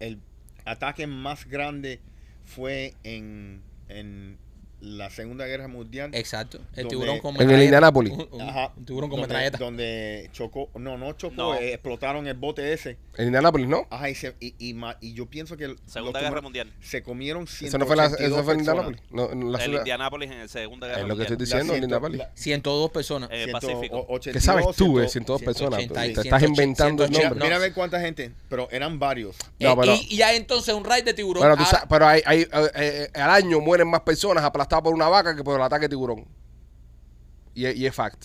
E: el ataque más grande fue en, en la Segunda Guerra Mundial.
C: Exacto, el
E: Donde-
C: tiburón con
A: En el Indianápolis.
C: Un, un-
E: Ajá.
C: un tiburón con
E: donde,
C: metralleta.
E: Donde chocó, no, no chocó,
F: No.
E: eh, explotaron el bote ese.
A: En Indianapolis, ¿no.
E: Ajá, y, se- y, y ma- y yo pienso que... el-
F: Segunda
E: los
F: Guerra
E: tiburones
F: Mundial.
E: Se comieron
A: Eso no fue, la,
E: 182
A: eso fue en
E: personas.
A: Indianapolis. No, no, la
F: el
A: ciudad-
F: Indianápolis en la Segunda Guerra
A: Es lo que
F: Mundial.
A: estoy diciendo, en
E: ciento-
A: Indianapolis.
E: la-
C: 102 personas.
F: Eh,
E: ciento-
F: Pacífico.
E: o-
A: ¿Qué sabes
E: 82,
A: tú, eh?
E: 100,
A: 102 personas. tú.
C: 180,
A: Te estás
C: 180,
A: inventando el
C: 180,
A: nombre.
E: Mira a
C: no.
E: ver cuánta gente, pero eran varios.
A: No,
C: Eh,
A: pero-
C: y, y ya entonces un raid de tiburón. Ah,
A: Bueno, tú
C: Ahora-
A: sabes, pero hay, hay, eh, eh, al año mueren más personas aplastadas por una vaca que por el ataque de tiburón. Y, es- y es fact.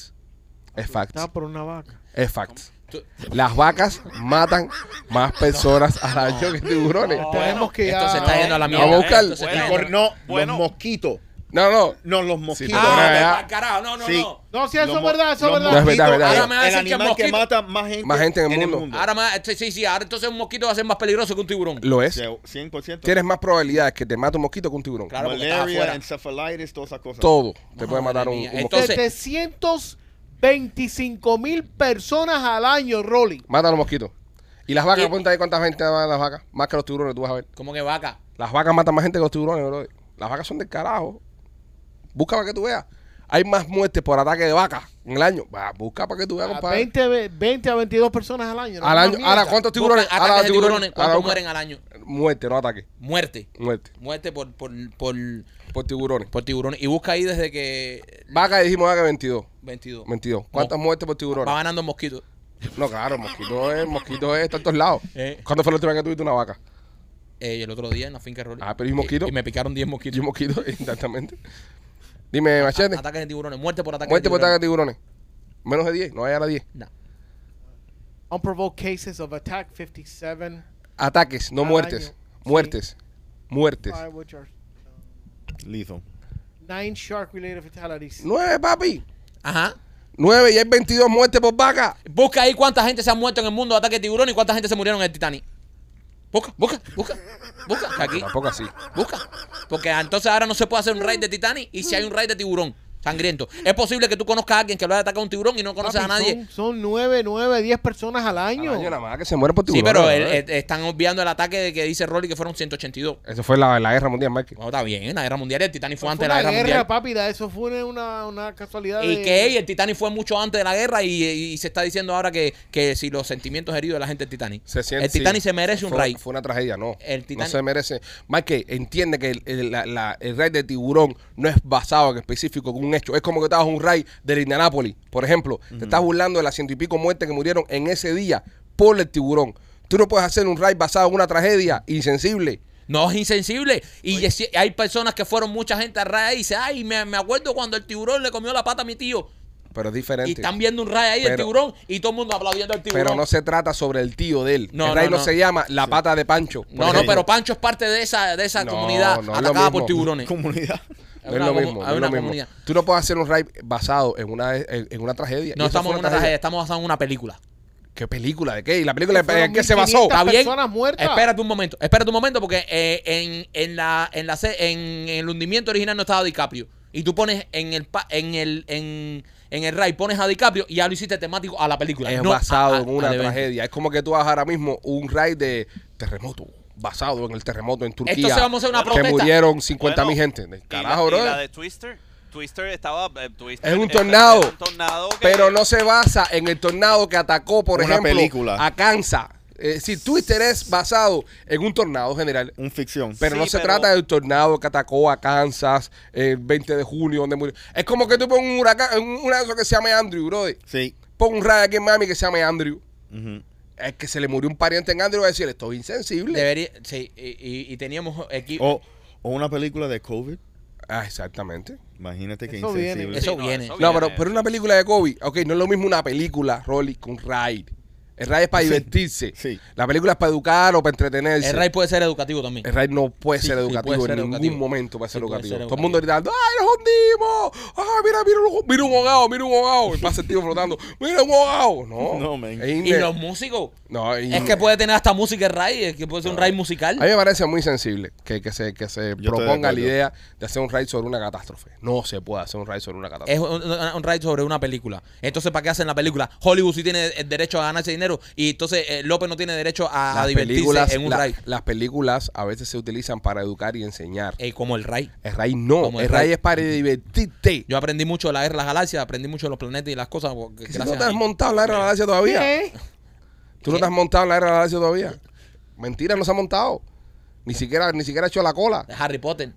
A: Es fact.
D: Está por una vaca.
A: Es fact.
C: Tú-
A: Las vacas matan más personas al año que tiburones.
D: Tenemos que
C: Ah, esto se
D: ya-
C: está yendo a la mierda.
A: Vamos a buscar.
C: Esto se está
F: Bueno,
E: Y
C: yendo a
E: por-
C: la-
E: no,
F: bueno.
E: los mosquitos.
A: No, no.
E: No, los mosquitos.
A: pero
C: Ah,
A: ahora
C: vete
A: ya-
C: pa'l carajo, no, no,
E: Sí.
C: no.
D: No, si eso
E: Los
D: es verdad, eso es
E: mo-
D: verdad.
E: los
A: No, es verdad,
E: mosquitos,
A: verdad.
E: el-
A: Ahora
C: me vas a
E: El
C: decir que
E: animal que
C: mosquito-
E: mata más gente,
A: Más gente en el mundo.
C: Ahora más, este, sí, sí, ahora entonces un mosquito va a ser más peligroso que un tiburón.
A: Lo es.
E: Se- 100%.
A: pues, Tienes más probabilidades que te mate un mosquito que un tiburón.
C: Claro, porque estaba
E: malaria,
C: afuera.
E: encefalitis, todas esas cosas.
A: Todo. Te
C: Madre
A: puede matar un,
C: mía.
A: un mosquito.
C: Entonces-
D: 725 mil personas al año, Rolly.
A: Mata a los mosquitos. Y las vacas,
C: Y-
A: ponte ahí cuántas gente van las vacas. Más que los tiburones, tú vas a ver.
C: Como que vaca.
A: Las vacas matan más gente que los tiburones, bro. Las vacas son del carajo. Busca para que tú veas. Hay más muertes por ataque de vacas en el año. Va, busca para que
C: Ah,
A: tú veas,
D: A
C: pues.
A: compadre.
D: 20, ve- 20 a 22 personas al año. ¿no?
A: al
D: Ah, Una
A: año.
D: mierda.
A: Ahora, ¿cuántos tiburones?
C: Busca
A: Ahora,
C: ataques de
A: tiburones.
C: tiburones.
A: Ahora,
C: ¿Cuántos
A: busca-
C: mueren al año?
A: Muerte, no ataque.
C: Muerte.
A: Muerte.
C: Muerte por, por, por,
A: Por tiburones.
C: por tiburón. Y busca ahí desde que.
A: Vaca, dijimos vaca 22.
C: 22.
A: 22. ¿Cuántas muertes por
C: Va
A: tiburones?
C: ganando mosquitos.
A: No, claro, mosquito es, mosquito es, está en todos lados.
C: Eh.
A: ¿Cuándo fue la última vez que tuviste una vaca?
C: Eh, el otro día en la finca de Rolly.
A: Ah, pero ¿y mosquito?
C: Y, me picaron 10 mosquitos.
A: Yo mosquito, exactamente. Dime, machete.
C: Ataques de tiburones. Muerte por ataques
A: Muerte
C: de
A: por ataque de
C: tiburones.
A: tiburones. Menos de 10, no vaya a la 10.
C: No.
D: Unprovoked cases of attack 57.
A: Ataques, no
D: Al
A: muertes.
D: año.
A: Muertes. Muertes.
D: Five which are
E: Listo.
D: nine shark related fatalities.
A: Nueve, papi.
C: Ajá.
A: Nueve, y hay 22 muertes por vaca.
C: Busca ahí cuánta gente se ha muerto en el mundo de ataque de tiburón y cuánta gente se murieron en el Titanic. Busca, busca, busca, busca. que aquí,
A: Tampoco así.
C: busca. Porque entonces ahora no se puede hacer un raid de Titanic y si hay un raid de tiburón sangriento. Es posible que tú conozcas a alguien que lo haya atacado un tiburón y no conoces a
D: Papi,
C: nadie.
D: Son, son 9, 9, 10 personas al
A: Al
D: año.
A: año nada más que se muere por
C: Sí,
A: tiburones.
C: pero el-
A: brother.
C: el- están obviando el ataque de que dice Rolly que fueron 182.
A: Eso fue la, la guerra mundial, Mike.
C: Bueno, está bien, en la guerra mundial. El Titanic fue
D: Fue
C: antes de
D: una
C: la guerra,
D: guerra,
C: mundial.
D: papi, da- eso fue una, una casualidad.
C: Y
D: de-
C: que ey, el Titanic fue mucho antes de la guerra y, y se está diciendo ahora que, que si los sentimientos heridos de la gente del Titanic.
A: Se siente-
C: el Titanic
A: sí.
C: se merece un
A: Fue-
C: raid.
A: Fue una tragedia, no.
C: El
A: no
C: Titanic-
A: se merece. Mike, entiende que el, el- la- la- el raid de tiburón no es basado en específico en un hecho. Es como que estabas en un raid del Indianápolis, por ejemplo. Te estás burlando de las ciento y pico muertes que murieron en ese día por el tiburón. Tú no puedes hacer un raid basado en una tragedia insensible.
C: No es insensible. Y yes- hay personas que fueron mucha gente a raya y dice, ay, me, me acuerdo cuando el tiburón le comió la pata a mi tío.
A: Pero es diferente.
C: Y están viendo un raya ahí del
A: Pero-
C: tiburón y todo el mundo aplaudiendo al tiburón.
A: Pero no se trata sobre el tío de él.
C: No,
A: el rey
C: no,
A: no,
C: no.
A: se llama la pata de Pancho. por
C: No, no,
A: ejemplo.
C: pero Pancho es parte de esa, de esa
A: No,
C: comunidad
A: no es lo
C: atacada por
A: mismo.
C: tiburones.
E: Comunidad.
A: No es lo
C: Hay una
A: mismo.
C: comu-
A: no
C: hay
A: es lo
C: una
A: mismo.
C: comunidad.
A: Tú no puedes hacer un rap basado en una, en, en una tragedia.
C: No
A: Y esa
C: estamos
A: fue
C: en una tragedia, estamos basados en una película.
A: ¿Qué película? ¿De qué? ¿Y la película
D: Que fueron
A: en qué se basó? Ah,
D: 1500
C: ¿Está bien?
D: personas muertas.
C: Espérate un momento, espérate un momento, porque eh, en, en la, en, la, se- en, en el hundimiento original no estaba DiCaprio. Y tú pones en el pa- en el en, en el Ray, pones a DiCaprio y ya lo hiciste temático a la película.
A: Es
C: no
A: basado
C: a- a-
A: en una
C: al evento.
A: tragedia. Es como que tú hagas ahora mismo un raid de terremoto. Basado en el terremoto en Turquía.
C: Entonces vamos a hacer una
A: Que
C: protesta.
A: murieron 50 mil
F: Bueno,
A: gente.
F: Y
A: Carajo,
F: la, y
A: bro.
F: la de Twister. Twister estaba. eh, Twister
A: Es un
F: era-
A: tornado.
F: era un tornado que-
A: Pero no se basa en el tornado que atacó, por
E: Una
A: ejemplo,
E: película.
A: a Kansas. Eh, Es decir, Twister es basado en un tornado general.
E: Un ficción.
A: Pero
F: Sí,
A: no se
F: pero-
A: trata del tornado que atacó a Kansas el 20 de junio, donde murió. Es como que tú pones un huracán, un una de esos que se llame Andrew, brother.
E: Sí.
A: Pon un rayo aquí en Miami que se llame Andrew.
E: Ujú.
A: Es que se le murió un pariente en Andrew va a decir, estoy insensible.
C: Debería, sí, y, y- y teníamos
A: Oh,
C: equipo.
E: o, o una película de COVID.
A: Ah, exactamente.
E: Imagínate que
D: Eso
E: insensible.
D: viene.
C: Eso viene.
A: No,
F: viene.
A: pero, pero una película de Kobe, ok, no es lo mismo una película, Rolly, con Raid. El Raid es para
E: Sí.
A: divertirse.
E: Sí.
A: La película es para educar o para entretenerse.
C: el Ray puede ser educativo también.
A: El Raid no puede
C: Sí,
A: ser
C: sí,
A: educativo
C: puede ser
A: en ningún
C: educativo.
A: momento puede ser
C: Sí, puede
A: educativo.
C: ser
A: Todo el mundo gritando, ¡ay, nos hundimos! ¡Ay, mira, mira, un- mira un hogado, mira un hogado! Y pasa el tío flotando, ¡mira un hogado! No,
E: No, man.
A: es
C: Y
A: inde-
C: los músicos.
A: no, y-
C: Es que puede tener hasta música el Ray, es que puede ser un Ray musical.
A: A mí me parece muy sensible que, que se, que se
E: estoy de
A: proponga la
E: acuerdo.
A: idea de hacer un raid sobre una catástrofe. No se puede hacer un raid sobre una catástrofe.
C: Es un, un- un ride sobre una película. Entonces, ¿para qué hacen la película? Hollywood sí tiene el derecho a ganarse dinero y entonces eh, López no tiene derecho a, a divertirse en un
A: la-
C: ride.
A: las películas a veces se utilizan para educar y enseñar.
C: Eh, como el ride.
A: El raid no,
C: Como
A: el,
C: el
A: raid
C: raid.
A: es para divertirte.
C: Yo aprendí mucho de la guerra de las galaxias, aprendí mucho de los planetas y las cosas. porque-
A: Que si
C: gracias
A: no te
C: a-
A: has montado en la era de la galaxia todavía.
D: ¿Qué?
A: Tú no te has montado en la era de la galaxia todavía. Mentira, no se ha montado. Ni siquiera, ni siquiera ha hecho la cola.
C: de Harry Potter.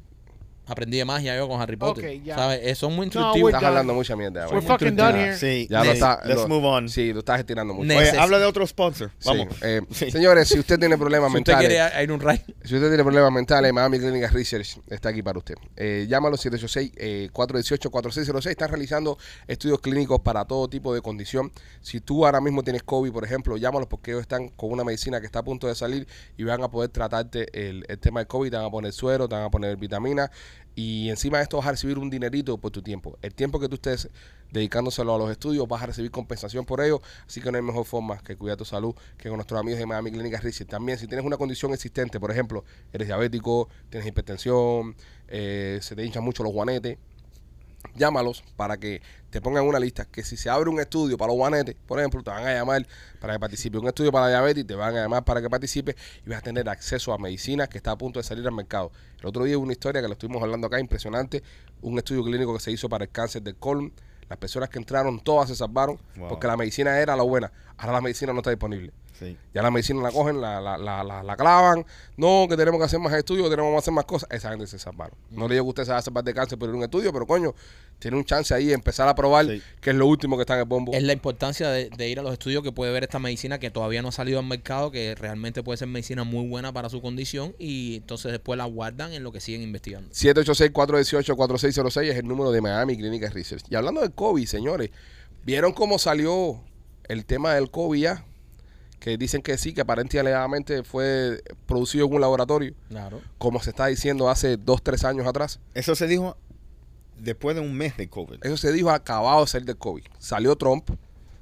C: Aprendí de magia yo con Harry Potter.
D: Ok, ya.
C: ¿Sabes? Eh, son muy
D: No,
C: instructivos.
D: güey.
A: Estás hablando mucha mierda.
D: We're
A: güey.
D: fucking done here.
E: Sí.
A: Ya lo
E: sí.
A: está.
E: Let's
A: lo-
E: move on.
A: Sí, lo estás estirando mucho.
C: Ne-
E: Oye,
C: Neces-
E: habla de otro sponsor.
A: Sí,
E: Vamos.
A: eh,
E: Sí.
A: Señores, si usted tiene problemas
C: si usted
A: mentales,
C: quiere a- ir a un ride.
A: Si usted tiene problemas mentales, Miami Clinic Research está aquí para usted. Eh, llámalo eh, 786-418-4606. Están realizando estudios clínicos para todo tipo de condición. Si tú ahora mismo tienes COVID, por ejemplo, llámalos porque ellos están con una medicina que está a punto de salir y van a poder tratarte el, el tema del COVID. Te van a poner suero, te van a poner vitaminas y encima de esto vas a recibir un dinerito por tu tiempo. El tiempo que tú estés dedicándoselo a los estudios, vas a recibir compensación por ello. Así que no hay mejor forma que cuidar tu salud que con nuestros amigos de Miami Clinic Research. También, si tienes una condición existente, por ejemplo, eres diabético, tienes hipertensión, eh, se te hinchan mucho los guanetes, llámalos para que te pongan una lista. Que si se abre un estudio para los guanetes, por ejemplo, te van a llamar para que participe. Un estudio para la diabetes, te van a llamar para que participe y vas a tener acceso a medicina que está a punto de salir al mercado. El otro día hubo una historia que lo estuvimos hablando acá, impresionante. Un estudio clínico que se hizo para el cáncer de colon. Las personas que entraron, todas se salvaron
E: Wow.
A: porque la medicina era la buena. Ahora la medicina no está disponible.
E: Sí.
A: Ya la medicina la cogen, la, la, la, la, la clavan. No, que tenemos que hacer más estudios, que tenemos que hacer más cosas. Esa gente se salvaron. No le digo que usted se va a salvar de cáncer por ir a un estudio, pero coño, tiene un chance ahí de empezar a probar
E: Sí.
A: que es lo último que está en el bombo.
C: Es la importancia de, de ir a los estudios que puede ver esta medicina que todavía no ha salido al mercado, que realmente puede ser medicina muy buena para su condición y entonces después la guardan en lo que siguen investigando.
A: 786-418-4606 es el número de Miami Clinic Research. Y hablando del COVID, señores, ¿vieron cómo salió el tema del COVID ya? Que dicen que sí, que aparentemente alegadamente fue producido en un laboratorio,
C: Claro.
A: como se está diciendo hace dos, tres años atrás.
E: Eso se dijo después de un mes de COVID.
A: Eso se dijo acabado de salir del COVID. Salió Trump,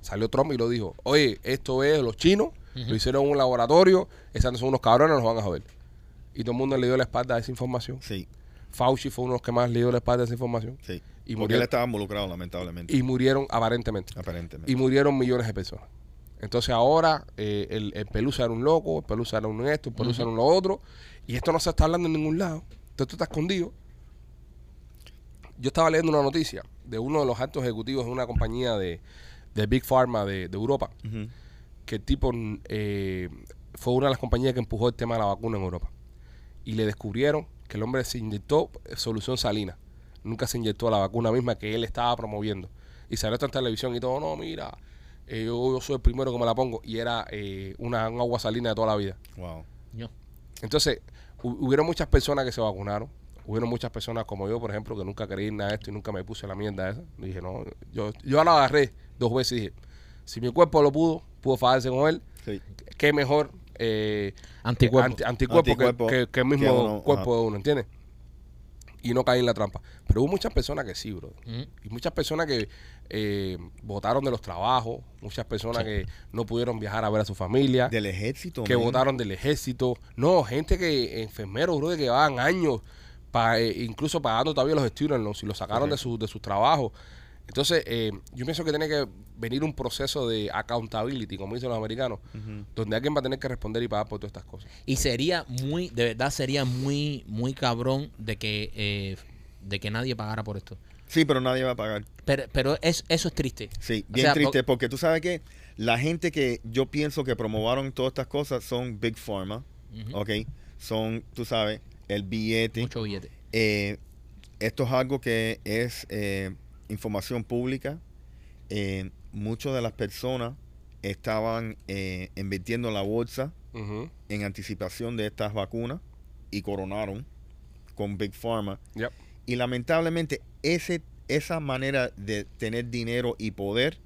A: salió Trump y lo dijo, oye, esto es los chinos, lo hicieron en un laboratorio, esos son unos cabrones, nos van a joder. Y todo el mundo le dio la espalda a esa información.
E: Sí,
A: Fauci fue uno de los que más le dio la espalda a esa información.
E: sí.
A: Y
E: Y
A: murió.
E: Porque él estaba involucrado, lamentablemente.
A: Y murieron aparentemente.
E: aparentemente.
A: Y murieron millones de personas. Entonces ahora eh, el, el Pelusa era un loco, el Pelusa era un esto, el Pelusa era un lo otro. Y esto no se está hablando en ningún lado. Entonces tú estás escondido. Yo estaba leyendo una noticia de uno de los altos ejecutivos de una compañía de, de Big Pharma de, de Europa,
E: Ujú.
A: que el tipo mm, eh, fue una de las compañías que empujó el tema de la vacuna en Europa. Y le descubrieron que el hombre se inyectó eh, solución salina. Nunca se inyectó la vacuna misma que él estaba promoviendo. Y salió esto en televisión y todo, no, mira, eh, yo, yo soy el primero que me la pongo. Y era eh, una, un agua salina de toda la vida.
E: Wow.
C: Yo.
A: Entonces, hu- hubieron muchas personas que se vacunaron. Hubieron muchas personas como yo, por ejemplo, que nunca quería ir a esto y nunca me puse la mierda esa. Y dije, no, yo, yo la agarré dos veces y dije, si mi cuerpo lo pudo, pudo fajarse con él,
E: Sí.
A: qué mejor eh,
C: Anticuerpo.
A: anti- anticuerpo,
E: Anticuerpo
A: que, que- que el
E: que
A: mismo
E: uno,
A: cuerpo
E: ajá.
A: de uno, ¿entiendes? Y no caí en la trampa. Pero hubo muchas personas que sí, bro. Y muchas personas que eh, votaron de los trabajos, muchas personas que no pudieron viajar a ver a su
C: Ah,
A: familia,
E: Del ejército.
A: que
E: man.
A: votaron del ejército. No, gente que, enfermeros, bro, que van años, pa- eh, incluso pagando todavía los estudios y los sacaron de, su, de sus trabajos. Entonces, eh, yo pienso que tiene que venir un proceso de accountability, como dicen los americanos, donde alguien va a tener que responder y pagar por todas estas cosas.
C: Y sería muy, de verdad sería muy, muy cabrón de que, eh, de que nadie pagara por esto.
E: Sí, pero nadie va a pagar.
C: Pero, pero es, eso es triste.
E: Sí,
C: O
E: bien
C: sea,
E: triste,
C: po-
E: porque tú sabes que la gente que yo pienso que promovaron todas estas cosas son Big Pharma,
C: Ujú.
E: ¿ok? Son, tú sabes, el billete.
C: Mucho billete.
E: Eh, esto es algo que es eh, información pública. Eh, muchas de las personas estaban eh, invirtiendo en la bolsa
A: Ujú.
E: en anticipación de estas vacunas y coronaron con Big Pharma.
A: Yep.
E: Y lamentablemente ese, esa manera de tener dinero y poder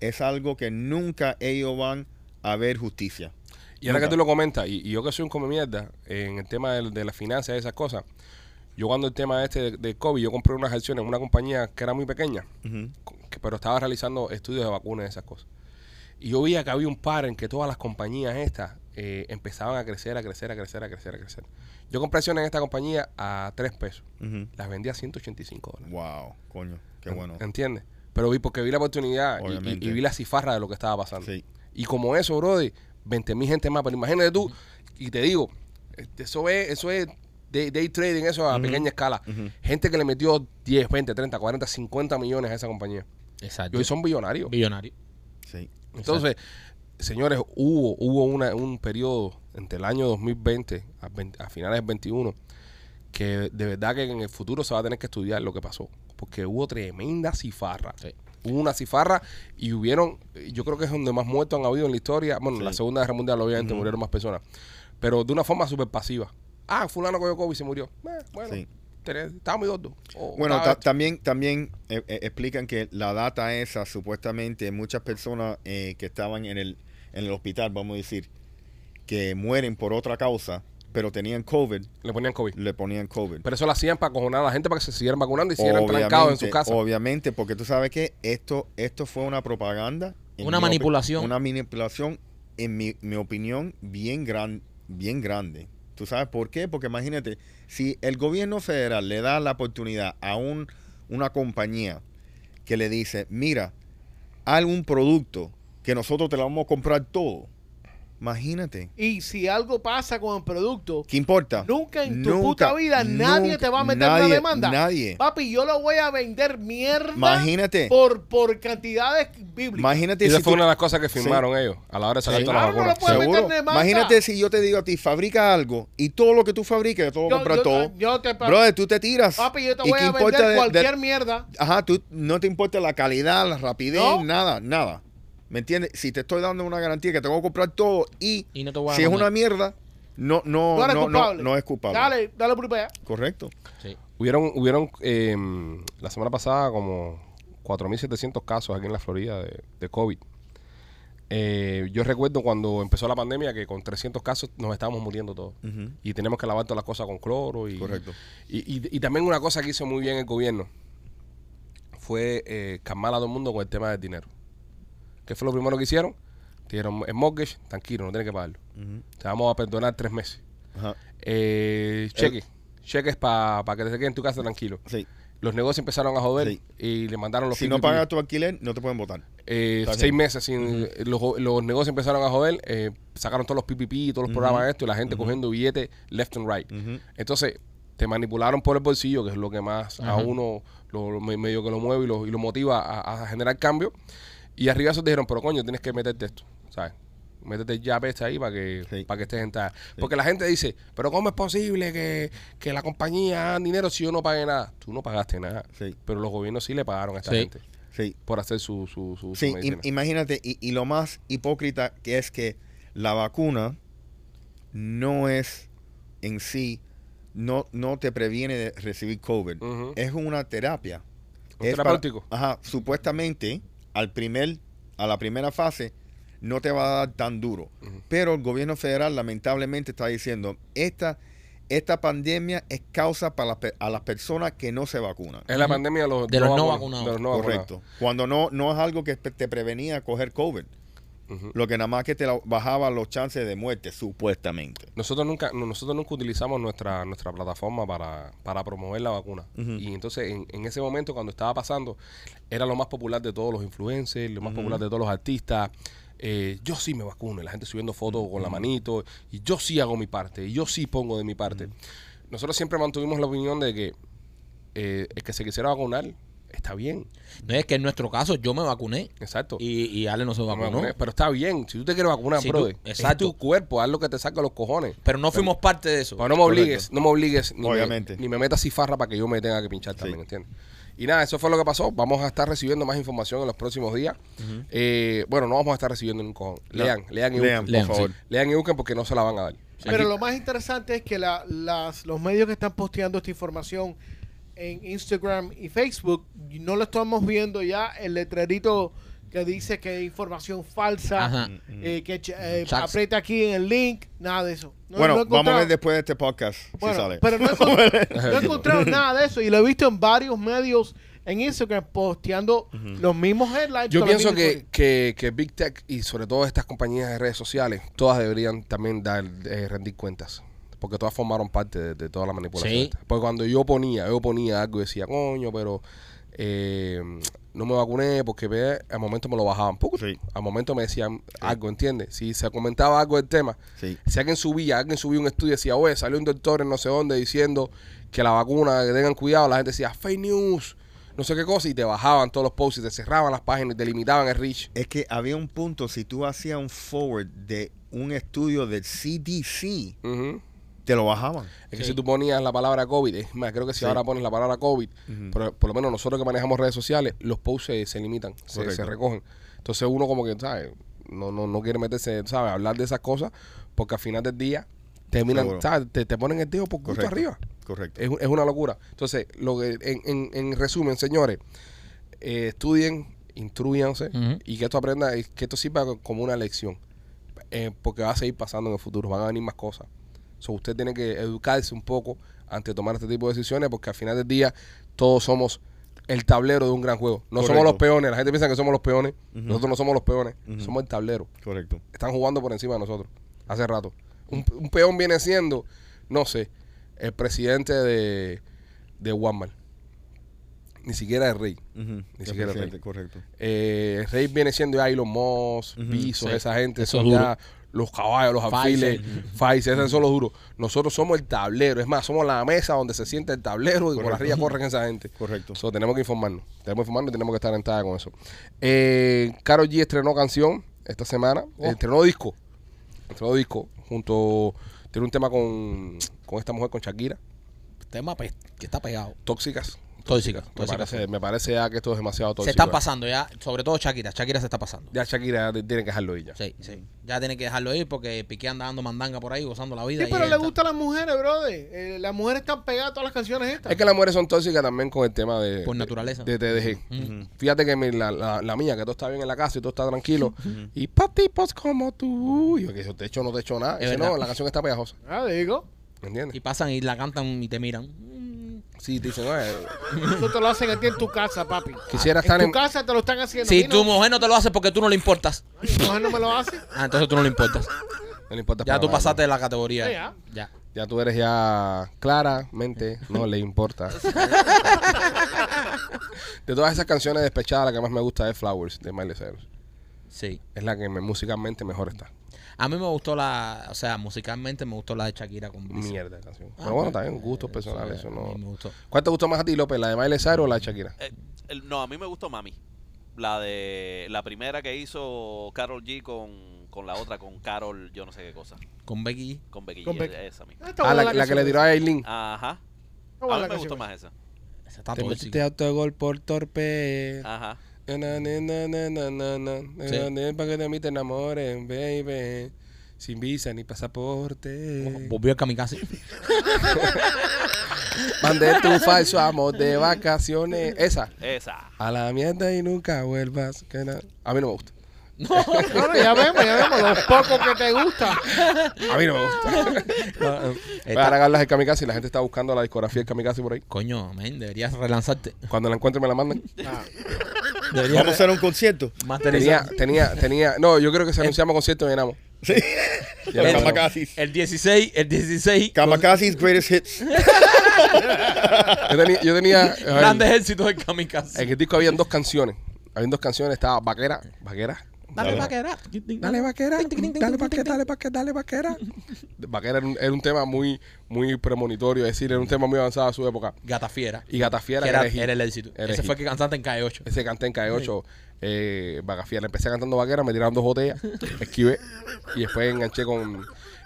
E: es algo que nunca ellos van a ver justicia.
A: Y ahora que
E: Nunca.
A: tú lo comentas, y, y yo que soy un come mierda en el tema del- de, las finanzas y esas cosas, yo cuando el tema este de, de COVID, yo compré unas acciones en una compañía que era muy pequeña, co- que- pero estaba realizando estudios de vacunas y esas cosas. Y yo veía que había un par en que todas las compañías estas eh, empezaban a crecer, a crecer, a crecer, a crecer, a crecer. Yo compré acciones en esta compañía a 3 pesos.
E: Ujú.
A: Las vendí a 185 dólares.
E: Wow, coño, qué
A: En-
E: bueno.
A: ¿Entiendes? Pero vi porque vi la oportunidad y- y,
E: Obviamente.
A: y vi la cifarra de lo que estaba pasando.
E: Sí.
A: Y como eso, Brody, 20 mil gente más. Pero imagínate tú, y te digo, este, eso es, eso es day, day trading, eso a pequeña escala.
E: Ujú.
A: Gente que le metió 10, 20, 30, 40, 50 millones a esa compañía. Y
C: Exacto.
A: hoy son billonarios.
C: Billonario.
E: Sí.
A: Entonces, señores, hubo, hubo una, un periodo entre el año 2020 a, 20 a finales del 21 que de verdad que en el futuro se va a tener que estudiar lo que pasó. Porque hubo tremenda cifarra.
C: Sí.
A: Hubo una cifarra y hubieron, yo creo que es donde más muertos han habido en la historia. Bueno, en la
E: Sí.
A: Segunda Guerra Mundial obviamente murieron más personas. Pero de una forma súper pasiva. Ah, fulano cogió COVID y se murió. Eh, bueno,
E: Sí.
A: tenés- estaba muy gordo. O
E: Bueno,
A: estaba-
E: ta- también, también eh, eh, explican que la data esa, supuestamente, muchas personas eh, que estaban en el, en el hospital, vamos a decir, que mueren por otra causa, pero tenían COVID,
A: le ponían COVID.
E: le ponían COVID.
A: Pero eso lo hacían para acojonar a la gente para que se siguieran vacunando y siguieran trancados en su
E: Obviamente,
A: casa.
E: Obviamente, porque tú sabes que esto, esto fue una propaganda. en
C: Una
E: mi opi-
C: manipulación.
E: Una manipulación, en mi, mi opinión, bien, gran, bien grande. ¿Tú sabes por qué? Porque imagínate, si el gobierno federal le da la oportunidad a un, una compañía que le dice, mira, hay un producto que nosotros te lo vamos a comprar todo. Imagínate.
D: Y si algo pasa con el producto,
E: ¿Qué importa?
D: nunca en tu puta vida nadie
E: nunca,
D: te va a meter
E: nadie,
D: una demanda.
E: Nadie.
D: Papi, yo lo voy a vender mierda
E: Imagínate.
D: por, por cantidades bíblicas.
A: Y
E: Imagínate
A: esa
E: si
A: fue
E: tú-
A: una de las cosas que firmaron ellos a la hora de sacar
E: Sí.
A: todas las
D: Claro, no lo
A: vacunas.
D: puedes
A: Sí.
D: meter
E: Seguro.
D: demanda.
E: Imagínate si yo te digo a ti, fabrica algo y todo lo que tú fabriques, yo te voy a
D: Yo-
E: comprar
D: yo-
E: todo.
D: yo te-
E: Brother, tú te tiras.
D: Papi, yo te
E: ¿Y
D: voy
E: qué
D: a
E: importa
D: vender
E: de- de-
D: cualquier mierda.
E: Ajá, tú no te importa la calidad, la rapidez,
D: No.
E: nada, nada. ¿Me entiendes? Si te estoy dando una garantía que te voy a comprar todo y,
C: Y no te voy a
E: si es
C: mandar.
E: una mierda, no,
D: No
E: no, no,
D: eres
E: no,
D: culpable.
E: no es culpable.
D: Dale, dale por allá.
E: Correcto.
C: Sí.
A: Hubieron, hubieron em, la semana pasada como 4.700 casos aquí en la Florida de, de COVID. Eh, yo recuerdo cuando empezó la pandemia que con 300 casos nos estábamos muriendo todos.
E: Ujú.
A: Y tenemos que lavar todas las cosas con cloro. Y,
E: Correcto.
A: Y, y- y también una cosa que hizo muy bien el gobierno fue eh, calmar a todo el mundo con el tema del dinero. ¿Qué fue lo primero que hicieron? Te dieron el mortgage, tranquilo, no tienes que pagarlo.
E: Ujú.
A: Te vamos a perdonar tres meses.
E: Ajá.
A: Eh, cheques. Cheques para que te quede en tu casa tranquilo.
E: Sí.
A: Los negocios empezaron a joder
E: Sí.
A: y le mandaron los
E: Si
A: pico y
E: no
A: pico.
E: pagas tu alquiler, no te pueden votar.
A: Eh,
E: Está bien.
A: seis meses sin los, los negocios empezaron a joder, eh, sacaron todos los PPP y todos los programas estos y la gente cogiendo billetes left and right.
E: Ujú.
A: Entonces, te manipularon por el bolsillo, que es lo que más a
C: Ajá.
A: uno lo, lo me- medio que lo mueve y lo, y lo motiva a, a generar cambio. Y arriba eso te dijeron, pero coño, tienes que meterte esto, ¿sabes? Métete ya peste ahí para que,
E: Sí.
A: para que estés en tal. Porque la gente dice, pero ¿cómo es posible que, que la compañía haga dinero si yo no pagué nada? Tú no pagaste nada.
E: Sí.
A: Pero los gobiernos sí le pagaron a esta
C: Sí.
A: gente
E: Sí.
A: por hacer su, su, su, su
E: Sí, im-
A: medicina.
E: imagínate, y, y lo más hipócrita que es que la vacuna no es en sí no, no te previene de recibir COVID.
A: Ujú.
E: Es una terapia.
A: Un
E: Es para-
A: terapéutico.
E: ajá, supuestamente al primer, a la primera fase no te va a dar tan duro. Pero el gobierno federal lamentablemente está diciendo, esta, esta pandemia es causa para las pe- a las personas que no se vacunan.
A: Es la pandemia de los,
C: De los no vacunados.
A: De los no
E: Correcto. Cuando no, no es algo que te prevenía coger COVID.
A: Ujú.
E: Lo que nada más que te la- bajaba los chances de muerte, supuestamente.
A: Nosotros nunca, no- nosotros nunca utilizamos nuestra, nuestra plataforma para, para promover la vacuna. Y entonces, en, en ese momento, cuando estaba pasando, era lo más popular de todos los influencers, lo más popular de todos los artistas. Eh, yo sí me vacuno, y la gente subiendo fotos con la manito, y yo sí hago mi parte, y yo sí pongo de mi parte. Nosotros siempre mantuvimos la opinión de que eh, el que se quisiera vacunar está bien,
C: No es que en nuestro caso yo me vacuné
A: exacto.
C: y, y Ale no se
A: No me
C: vacunó.
A: vacuné, pues. pero está bien, si tú te quieres vacunar,
C: Si tú-
A: brother,
C: exacto.
A: es tu cuerpo, haz lo que te saca los cojones.
C: Pero no fuimos parte de eso.
A: Pero no me obligues, no me obligues, ni
E: Obviamente.
A: Me, ni me metas cifarra para que yo me tenga que pinchar también, ¿entiendes? Y nada, eso fue lo que pasó. Vamos a estar recibiendo más información en los próximos días. Eh, bueno, no vamos a estar recibiendo ningún cojón. Lean, lean y
E: Lean,
A: busquen.
E: por
C: Lean,
E: favor.
C: sí.
A: Lean y busquen porque no se la van a dar.
D: Pero lo más interesante es que la- las, los medios que están posteando esta información en Instagram y Facebook, no lo estamos viendo ya el letrerito que dice que hay información
C: Ajá.
D: falsa,
E: Mm,
D: eh, que ch- eh,
C: Chax.
D: aprieta aquí en el link, nada de eso. No-
E: bueno,
D: no he
E: vamos a ver
D: encontrado-
E: después de este podcast si
D: Bueno,
E: sale.
D: pero no he, encont- no he encontrado nada de eso y lo he visto en varios medios en Instagram posteando los mismos headlines.
A: Yo
D: con las
A: pienso
D: mismas
A: que, que, que Big Tech y sobre todo estas compañías de redes sociales, todas deberían también dar, eh, rendir cuentas. Porque todas formaron parte de, de toda la manipulación.
C: Sí.
A: esta. Porque cuando yo ponía, yo ponía algo y decía, coño, pero eh, no me vacuné porque ve, al momento me lo bajaban. poco
E: Sí.
A: Al momento me decían algo, ¿entiendes? Si se comentaba algo del tema,
E: Sí.
A: si alguien subía, alguien subía un estudio y decía, oye, salió un doctor en no sé dónde diciendo que la vacuna, que tengan cuidado, la gente decía, fake news, no sé qué cosa, y te bajaban todos los posts y te cerraban las páginas y te limitaban el reach.
E: Es que había un punto, si tú hacías un forward de un estudio del CDC,
A: Ujú.
E: te lo bajaban.
A: Es que si tú ponías la palabra COVID, es más, creo que si
E: Sí.
A: ahora pones la palabra COVID, pero por lo menos nosotros que manejamos redes sociales, los posts se, se limitan, se,
E: Correcto.
A: se recogen. Entonces uno como que, ¿sabes? No, no, no quiere meterse, ¿sabes? A Hablar de esas cosas, porque al final del día terminan,
E: Seguro.
A: ¿sabes? Te, te ponen el dedo por gusto arriba. Eh.
E: Correcto.
A: Es, es una locura. Entonces, lo que en, en- en resumen, señores, eh, estudien, instruyanse
C: Ujú.
A: y que esto aprenda, y que esto sirva co- como una lección. Eh, porque va a seguir pasando en el futuro, van a venir más cosas. So, usted tiene que educarse un poco antes de tomar este tipo de decisiones, porque al final del día todos somos el tablero de un gran juego. No somos
E: Correcto.
A: los peones, la gente piensa que somos los peones, nosotros no somos los peones, somos el tablero
E: Correcto.
A: están jugando por encima de nosotros hace rato. Un, un peón viene siendo, no sé, el presidente de, de Walmart. Ni siquiera el rey.
E: Ujú.
A: Ni siquiera el
E: Presidente,
A: rey.
E: Correcto.
A: Eh, el rey viene siendo ya Elon Musk, Bezos,
C: sí.
A: esa gente,
C: Eso
A: son
C: es duro.
A: ya los caballos, los
C: Pfizer.
A: alfiles, Pfizer, esos son los duros. Nosotros somos el tablero, es más, somos la mesa donde se sienta el tablero y por
E: Correcto.
A: arriba corren esa gente.
E: Correcto.
A: So, tenemos que informarnos. Tenemos que informarnos y tenemos que estar en talla con eso. Eh, Karol G estrenó canción esta semana.
C: Oh.
A: Estrenó disco. Estrenó disco. Junto. Tiene un tema con, con esta mujer, con Shakira.
C: Tema pues, que está pegado.
A: Tóxicas.
C: Tóxica.
A: Me
C: tóxica.
A: parece, me parece ya que esto es demasiado tóxico.
C: se está pasando ya, sobre todo Shakira. Shakira se está pasando.
A: Ya Shakira ya tiene que dejarlo ir ya.
C: Sí, sí. Ya tiene que dejarlo ir porque Piqué anda dando mandanga por ahí, gozando la vida.
D: Sí,
C: y
D: pero
C: él
D: le
C: está-
D: gustan las mujeres, brother. Eh, las mujeres están pegadas a todas las canciones estas.
A: Es que las mujeres son tóxicas también con el tema de.
C: Por
A: de-
C: naturaleza.
A: De TDG. Fíjate que mi- la, la- la mía, que todo está bien en la casa y todo está tranquilo. Y pa' tipos como tú. Yo que yo te echo, no te echo nada.
C: Es
A: Dice, no,
C: verdad.
A: la canción está pegajosa.
D: Ah, digo.
A: ¿Me entiendes?
C: Y pasan y la cantan y te miran. Mm.
A: Sí, te dicen, "Oye,
D: Eso te lo hacen a ti en tu casa, papi.
A: Quisiera
D: en
A: estar
D: tu
A: en-
D: casa te lo están haciendo.
C: Si
D: a mí
C: tu
D: no,
C: mujer no te lo hace porque tú no le importas.
D: mi mujer no me lo hace.
C: Ah, entonces tú no le importas.
A: no le importa.
C: Ya
A: para
C: tú
A: nada".
C: pasaste de la categoría.
D: Sí, ya.
C: Ya.
A: Ya tú eres ya claramente, no le importa. de todas esas canciones despechadas, la que más me gusta es Flowers de Miley Cyrus.
C: Sí.
A: Es la que me- musicalmente mejor está.
C: A mí me gustó la, o sea, musicalmente me gustó la de Shakira con Bizarrap.
A: Mierda de canción.
C: Ah,
A: Pero bueno,
C: ok.
A: también gustos
C: Eso,
A: personales,
C: eh,
A: eso
C: a mí me
A: no.
C: gustó.
A: ¿Cuál te gustó más a ti, López? ¿La de Miley Cyrus o la de Shakira?
F: Eh, el- no, a mí me gustó Mami. La de la primera que hizo Carol G con, con la otra, con Carol, yo no sé qué cosa.
C: Con Becky.
F: Con Becky
D: Con
F: G,
D: Becky.
F: esa misma.
D: Ah, está
A: Ah,
D: buena
A: la, la que
D: canción.
A: le tiró a
C: Ah,
A: Aileen.
F: Ajá.
D: Está buena
F: A mí
D: la
F: me
D: canción.
F: gustó más esa.
C: Esa Está
A: Te
C: tóxica.
A: metiste autogol por torpe.
F: Ajá.
A: Na, na, na, na, na, na, na, na,
C: Ah. Sí.
A: na, na, Para que de mí te enamores, baby. sin visa ni pasaporte.
C: Volvió el kamikaze.
A: Mandé tu falso amor de vacaciones. Esa.
F: Esa.
A: A la mierda y nunca vuelvas. que na- A mí no me gusta.
D: Bueno, ya vemos, ya vemos, los pocos que te gusta.
A: A mí no me gusta. Voy a
C: Está-
A: agarrar las del Kamikaze y la gente está buscando la discografía del Kamikaze por ahí.
C: Coño, men, deberías relanzarte.
A: Cuando la encuentren me la mandan.
C: Deberías
E: Vamos a hacer un concierto.
A: Tenía,
C: masterizar.
A: tenía, tenía. No, yo creo que si anunciamos concierto llenamos.
E: Sí.
A: Ya lo tengo.
E: Kamikazes.
C: El 16, el 16.
E: Kamikazes Greatest Hits.
A: Yo tenía, yo tenía a ver,
C: Grandes éxitos del kamikaze.
A: en el disco habían dos canciones. Habían dos canciones, estaba Vaquera, Vaquera.
E: Dale,
C: vaquera.
A: Dale vaquera, dale vaquera, dale vaquera, dale vaquera. Vaquera era un, era un tema muy, muy premonitorio, es decir, era un tema muy avanzado a su época.
C: Gata fiera.
A: Y Gatafiera
C: Que era,
A: era hit.
C: era el éxito.
A: Era
C: Ese
A: hit.
C: fue el que cantaste en calle 8.
A: Ese canté en K8, eh, Vacafiera. Empecé cantando vaquera, me tiraron dos botellas, esquivé y después enganché con.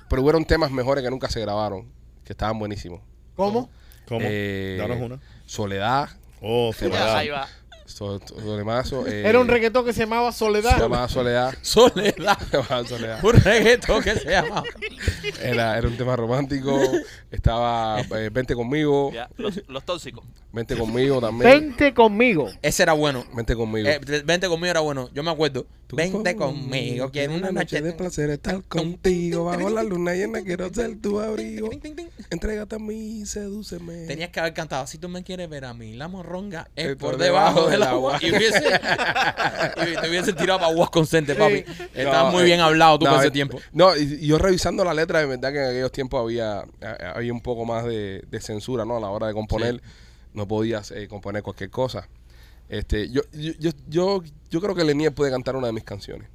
A: Pero hubieron temas mejores que nunca se grabaron, que estaban buenísimos.
D: ¿Cómo?
E: ¿Cómo?
A: Eh,
E: Danos una.
A: Soledad,
E: Oh, se
F: Ya, ahí va.
A: so, Solemazo, eh,
D: Era un reggaetón que se llamaba
A: se
D: Soledad.
A: llamaba Soledad.
C: Soledad.
A: se llamaba Soledad.
C: Un reggaetón que se llama.
A: Era, era un tema romántico. Estaba eh, Vente conmigo.
F: Ya, Los, los tóxicos.
A: Vente conmigo también.
D: Vente conmigo.
C: Ese era bueno.
A: Vente conmigo.
C: Eh, vente conmigo era bueno. Yo me acuerdo. Vente conmigo. Quiero una noche
A: de placer estar contigo. Bajo la luna llena quiero ser tu abrigo.
C: Ting, ting, ting.
A: Entrégate a mí y sedúceme.
C: Tenías que haber cantado, si tú me quieres ver a mí, la morronga es
A: Es
C: por,
A: por
C: debajo
A: debajo
C: del
A: del
C: agua. Y, hubiese, y te hubiesen tirado para aguas consciente, papi. Estabas
A: No,
C: muy
A: eh,
C: bien hablado tú
A: no,
C: por ese
A: eh,
C: tiempo.
A: No, y, y yo revisando la letra, de verdad que en aquellos tiempos había, a- había un poco más de, de censura, ¿no? A la hora de componer, no podías eh, componer cualquier cosa. Este, yo, yo, yo, yo, yo creo que Lenier puede cantar una de mis canciones.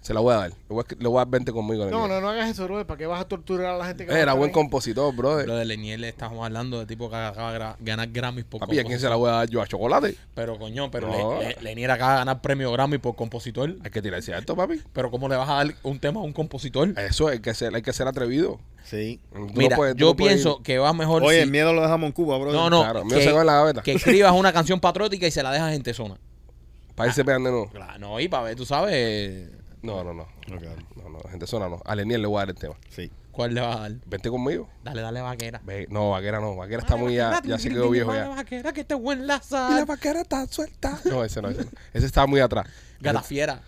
A: Se la voy a dar. Le voy a, escri- le voy a dar 20 conmigo.
D: No,
A: Lenier.
D: no, no hagas eso, Robert, ¿para qué vas a torturar a la gente que va a
A: Era
D: estar
A: buen
D: ahí?
A: compositor, brother.
C: Lo de Leniel estamos hablando de tipo que acaba de gra- ganar Grammy por
A: Papi, ¿a quién se
C: compositor.
A: la voy a dar yo? ¿A Chocolate?
C: Pero coño, pero
A: No.
C: Le- Le- Leniel acaba de ganar premio Grammy por compositor.
A: Hay que tirarse a esto, papi.
C: Pero ¿cómo le vas a dar un tema a un compositor?
A: Eso, hay que ser, hay que ser atrevido.
E: Sí.
A: Tú no
C: Mira,
A: puedes- tú
C: yo
A: no puedes
C: pienso
A: ir-
C: que va mejor
E: Oye, el
C: si-
E: miedo lo dejamos en Cuba, bro.
C: No, no,
A: Claro, mío se va en la
C: que,
A: gaveta.
C: que escribas una canción patriótica y se la dejas en Tesona.
A: Para irse pegando, no.
C: Claro, no, y para ver, tú sabes
A: No, no, no. No, no, gente zona no. A Lenier le voy a dar el tema.
E: Sí.
C: cuál le vas a dar.
A: Vente conmigo.
C: Dale, dale, vaquera.
A: Ve- No, vaquera no. Vaquera está muy ya, ya se quedó viejo ya.
C: Vaquera que te buen lazar.
A: vaquera está suelta. No, ese no, ese no. Ese estaba muy atrás.
C: Gata fiera.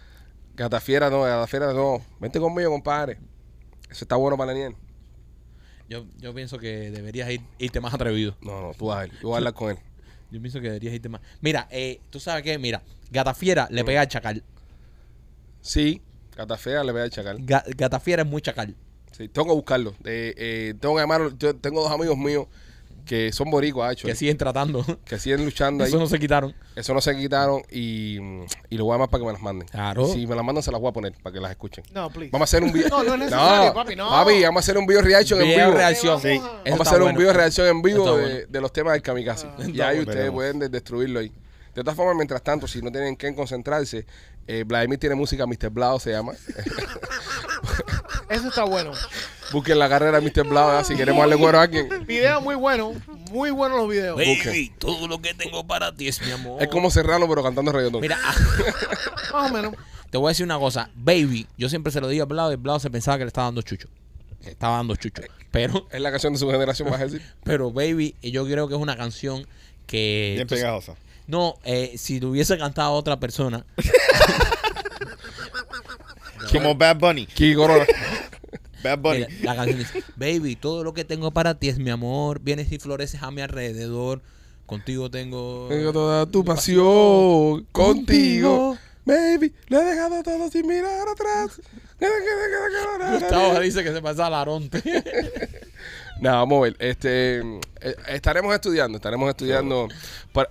A: Gatafiera no, Gatafiera no. Vente conmigo, compadre. Eso está bueno para Lenier.
C: Yo, yo pienso que deberías ir, irte más atrevido.
A: No, no, tú vas a ver. Yo voy a hablar con él.
C: Yo pienso que deberías irte más. Mira, eh, tú sabes qué, mira, Gata fiera le pega al chacal.
A: Sí, Gatafiera le voy a chacal.
C: Ga- Gata fiera es muy chacal.
A: Sí, tengo que buscarlo. Eh, eh, tengo que llamarlo. Yo tengo dos amigos míos que son boricuas, hecho.
C: Que siguen tratando.
A: Que siguen luchando ahí.
C: Eso no se quitaron.
A: Eso no se quitaron y, y lo voy a llamar para que me las manden.
C: Claro.
A: Si me las mandan, se las voy a poner para que las escuchen.
D: No, please.
A: Vamos a hacer un video.
D: No, no es necesario, papi, no.
A: Papi, vamos a hacer un video reaction en
C: Video
A: vivo.
C: reacción.
E: Sí.
C: Eso
A: Vamos
C: está
A: a hacer un
C: bueno.
A: video reacción en vivo
C: Está
A: de,
C: bueno.
A: de los temas del kamikaze.
D: Ah.
A: y ahí
E: bueno.
A: ustedes
E: Veremos.
A: pueden de- destruirlo ahí. De todas formas, mientras tanto, si no tienen que concentrarse, eh, Vladimir tiene música, Mr. Blado se llama.
D: Eso está bueno.
A: Busquen la carrera de Mr. Blado ¿verdad? si queremos darle cuero a alguien.
D: Video muy bueno, muy buenos los videos.
A: Busquen.
C: todo lo que tengo para ti es mi amor.
A: Es como Serrano, pero cantando reggaetón.
C: Mira, ah,
D: Más o menos.
C: te voy a decir una cosa. Baby, yo siempre se lo digo a Blado y Blado se pensaba que le estaba dando chucho. Estaba dando chucho. Pero
A: Es la canción de su generación, vas a decir.
C: Pero Baby, yo creo que es una canción que...
E: Bien
C: tú-
E: pegajosa.
C: No, eh, si lo hubiese cantado otra persona,
E: Como Bad Bunny.
A: Kiko Corona.
E: Bad Bunny.
C: mira, eh, la canción dice, Baby, todo lo que tengo para ti es mi amor, vienes y floreces a mi alrededor, contigo tengo...
A: Tengo toda tu pasión contigo. Baby, lo he dejado todo sin mirar atrás.
C: Gustavo dice que se pasa al aronte.
A: Nada, vamos a ver. Este, eh, estaremos estudiando, estaremos estudiando. para-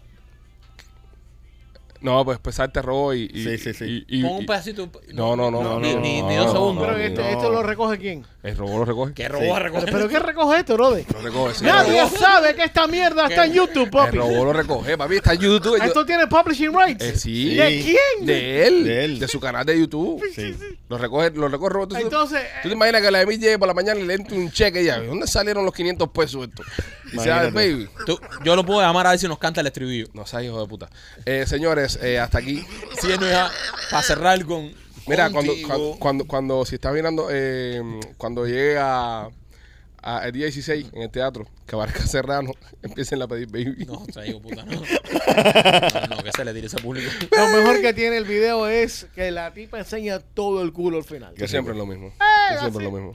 A: No, pues pesarte robo y, y-
E: Sí, sí, sí.
A: y- y-
C: Pon un
A: y-
C: pedacito...
A: No, no, no,
C: ni,
E: no,
C: ni- ni
E: no,
C: dos
E: no,
C: segundos.
D: Pero este,
E: no.
D: esto lo recoge quién.
A: El robot lo recoge.
C: Que robó a recoger.
D: Pero ¿qué recoge esto, brother?
A: Lo recoge, sí,
D: Nadie
A: el
D: sabe que esta mierda está en YouTube,
A: robot-
D: papi.
A: El robot lo recoge, papi. Está en YouTube.
D: Esto tiene publishing rights.
A: Eh, sí.
D: ¿De quién?
A: De él,
E: De él.
A: su canal de YouTube.
E: Sí.
A: Lo recoge, lo recoge el robot. Tú-
D: Ah, Entonces, eh,
A: ¿Tú te imaginas que la de mí llegue por la mañana y le entre un cheque y ya? ¿Dónde salieron los 500 pesos estos? Y se
E: Imagínate.
A: baby.
C: Tú- yo lo puedo llamar a ver si nos canta el estribillo.
A: No seas hijo de puta. Eh, señores, eh, hasta aquí.
C: Si es nueva, para cerrar con...
A: Mira, cuando,
E: Contigo.
A: cuando, cuando, cuando- si estás mirando, eh, cuando llegue a, a el día 16 en el teatro, que abarca Serrano, empiecen a pedir baby.
C: No, o sea, digo, puta, no. No, no, que se le tire ese público.
D: Lo mejor que tiene el video es que la tipa enseña todo el culo al final.
A: Que
E: Qué
A: siempre es
E: rico.
A: lo mismo. Que siempre es lo mismo.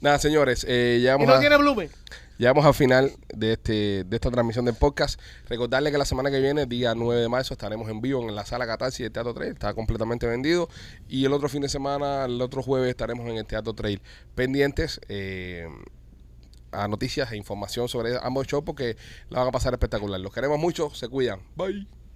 A: Nada, señores, eh,
D: Y
A: llegamos
D: no
A: a-
D: tiene volumen.
A: Llegamos al final de este de esta transmisión del podcast. Recordarle que la semana que viene, día 9 de marzo, estaremos en vivo en la sala Catarsis del Teatro Trail. Está completamente vendido. Y el otro fin de semana, el otro jueves, estaremos en el Teatro Trail. Pendientes eh, a noticias e información sobre ambos shows porque la van a pasar espectacular. Los queremos mucho. Se cuidan. Bye.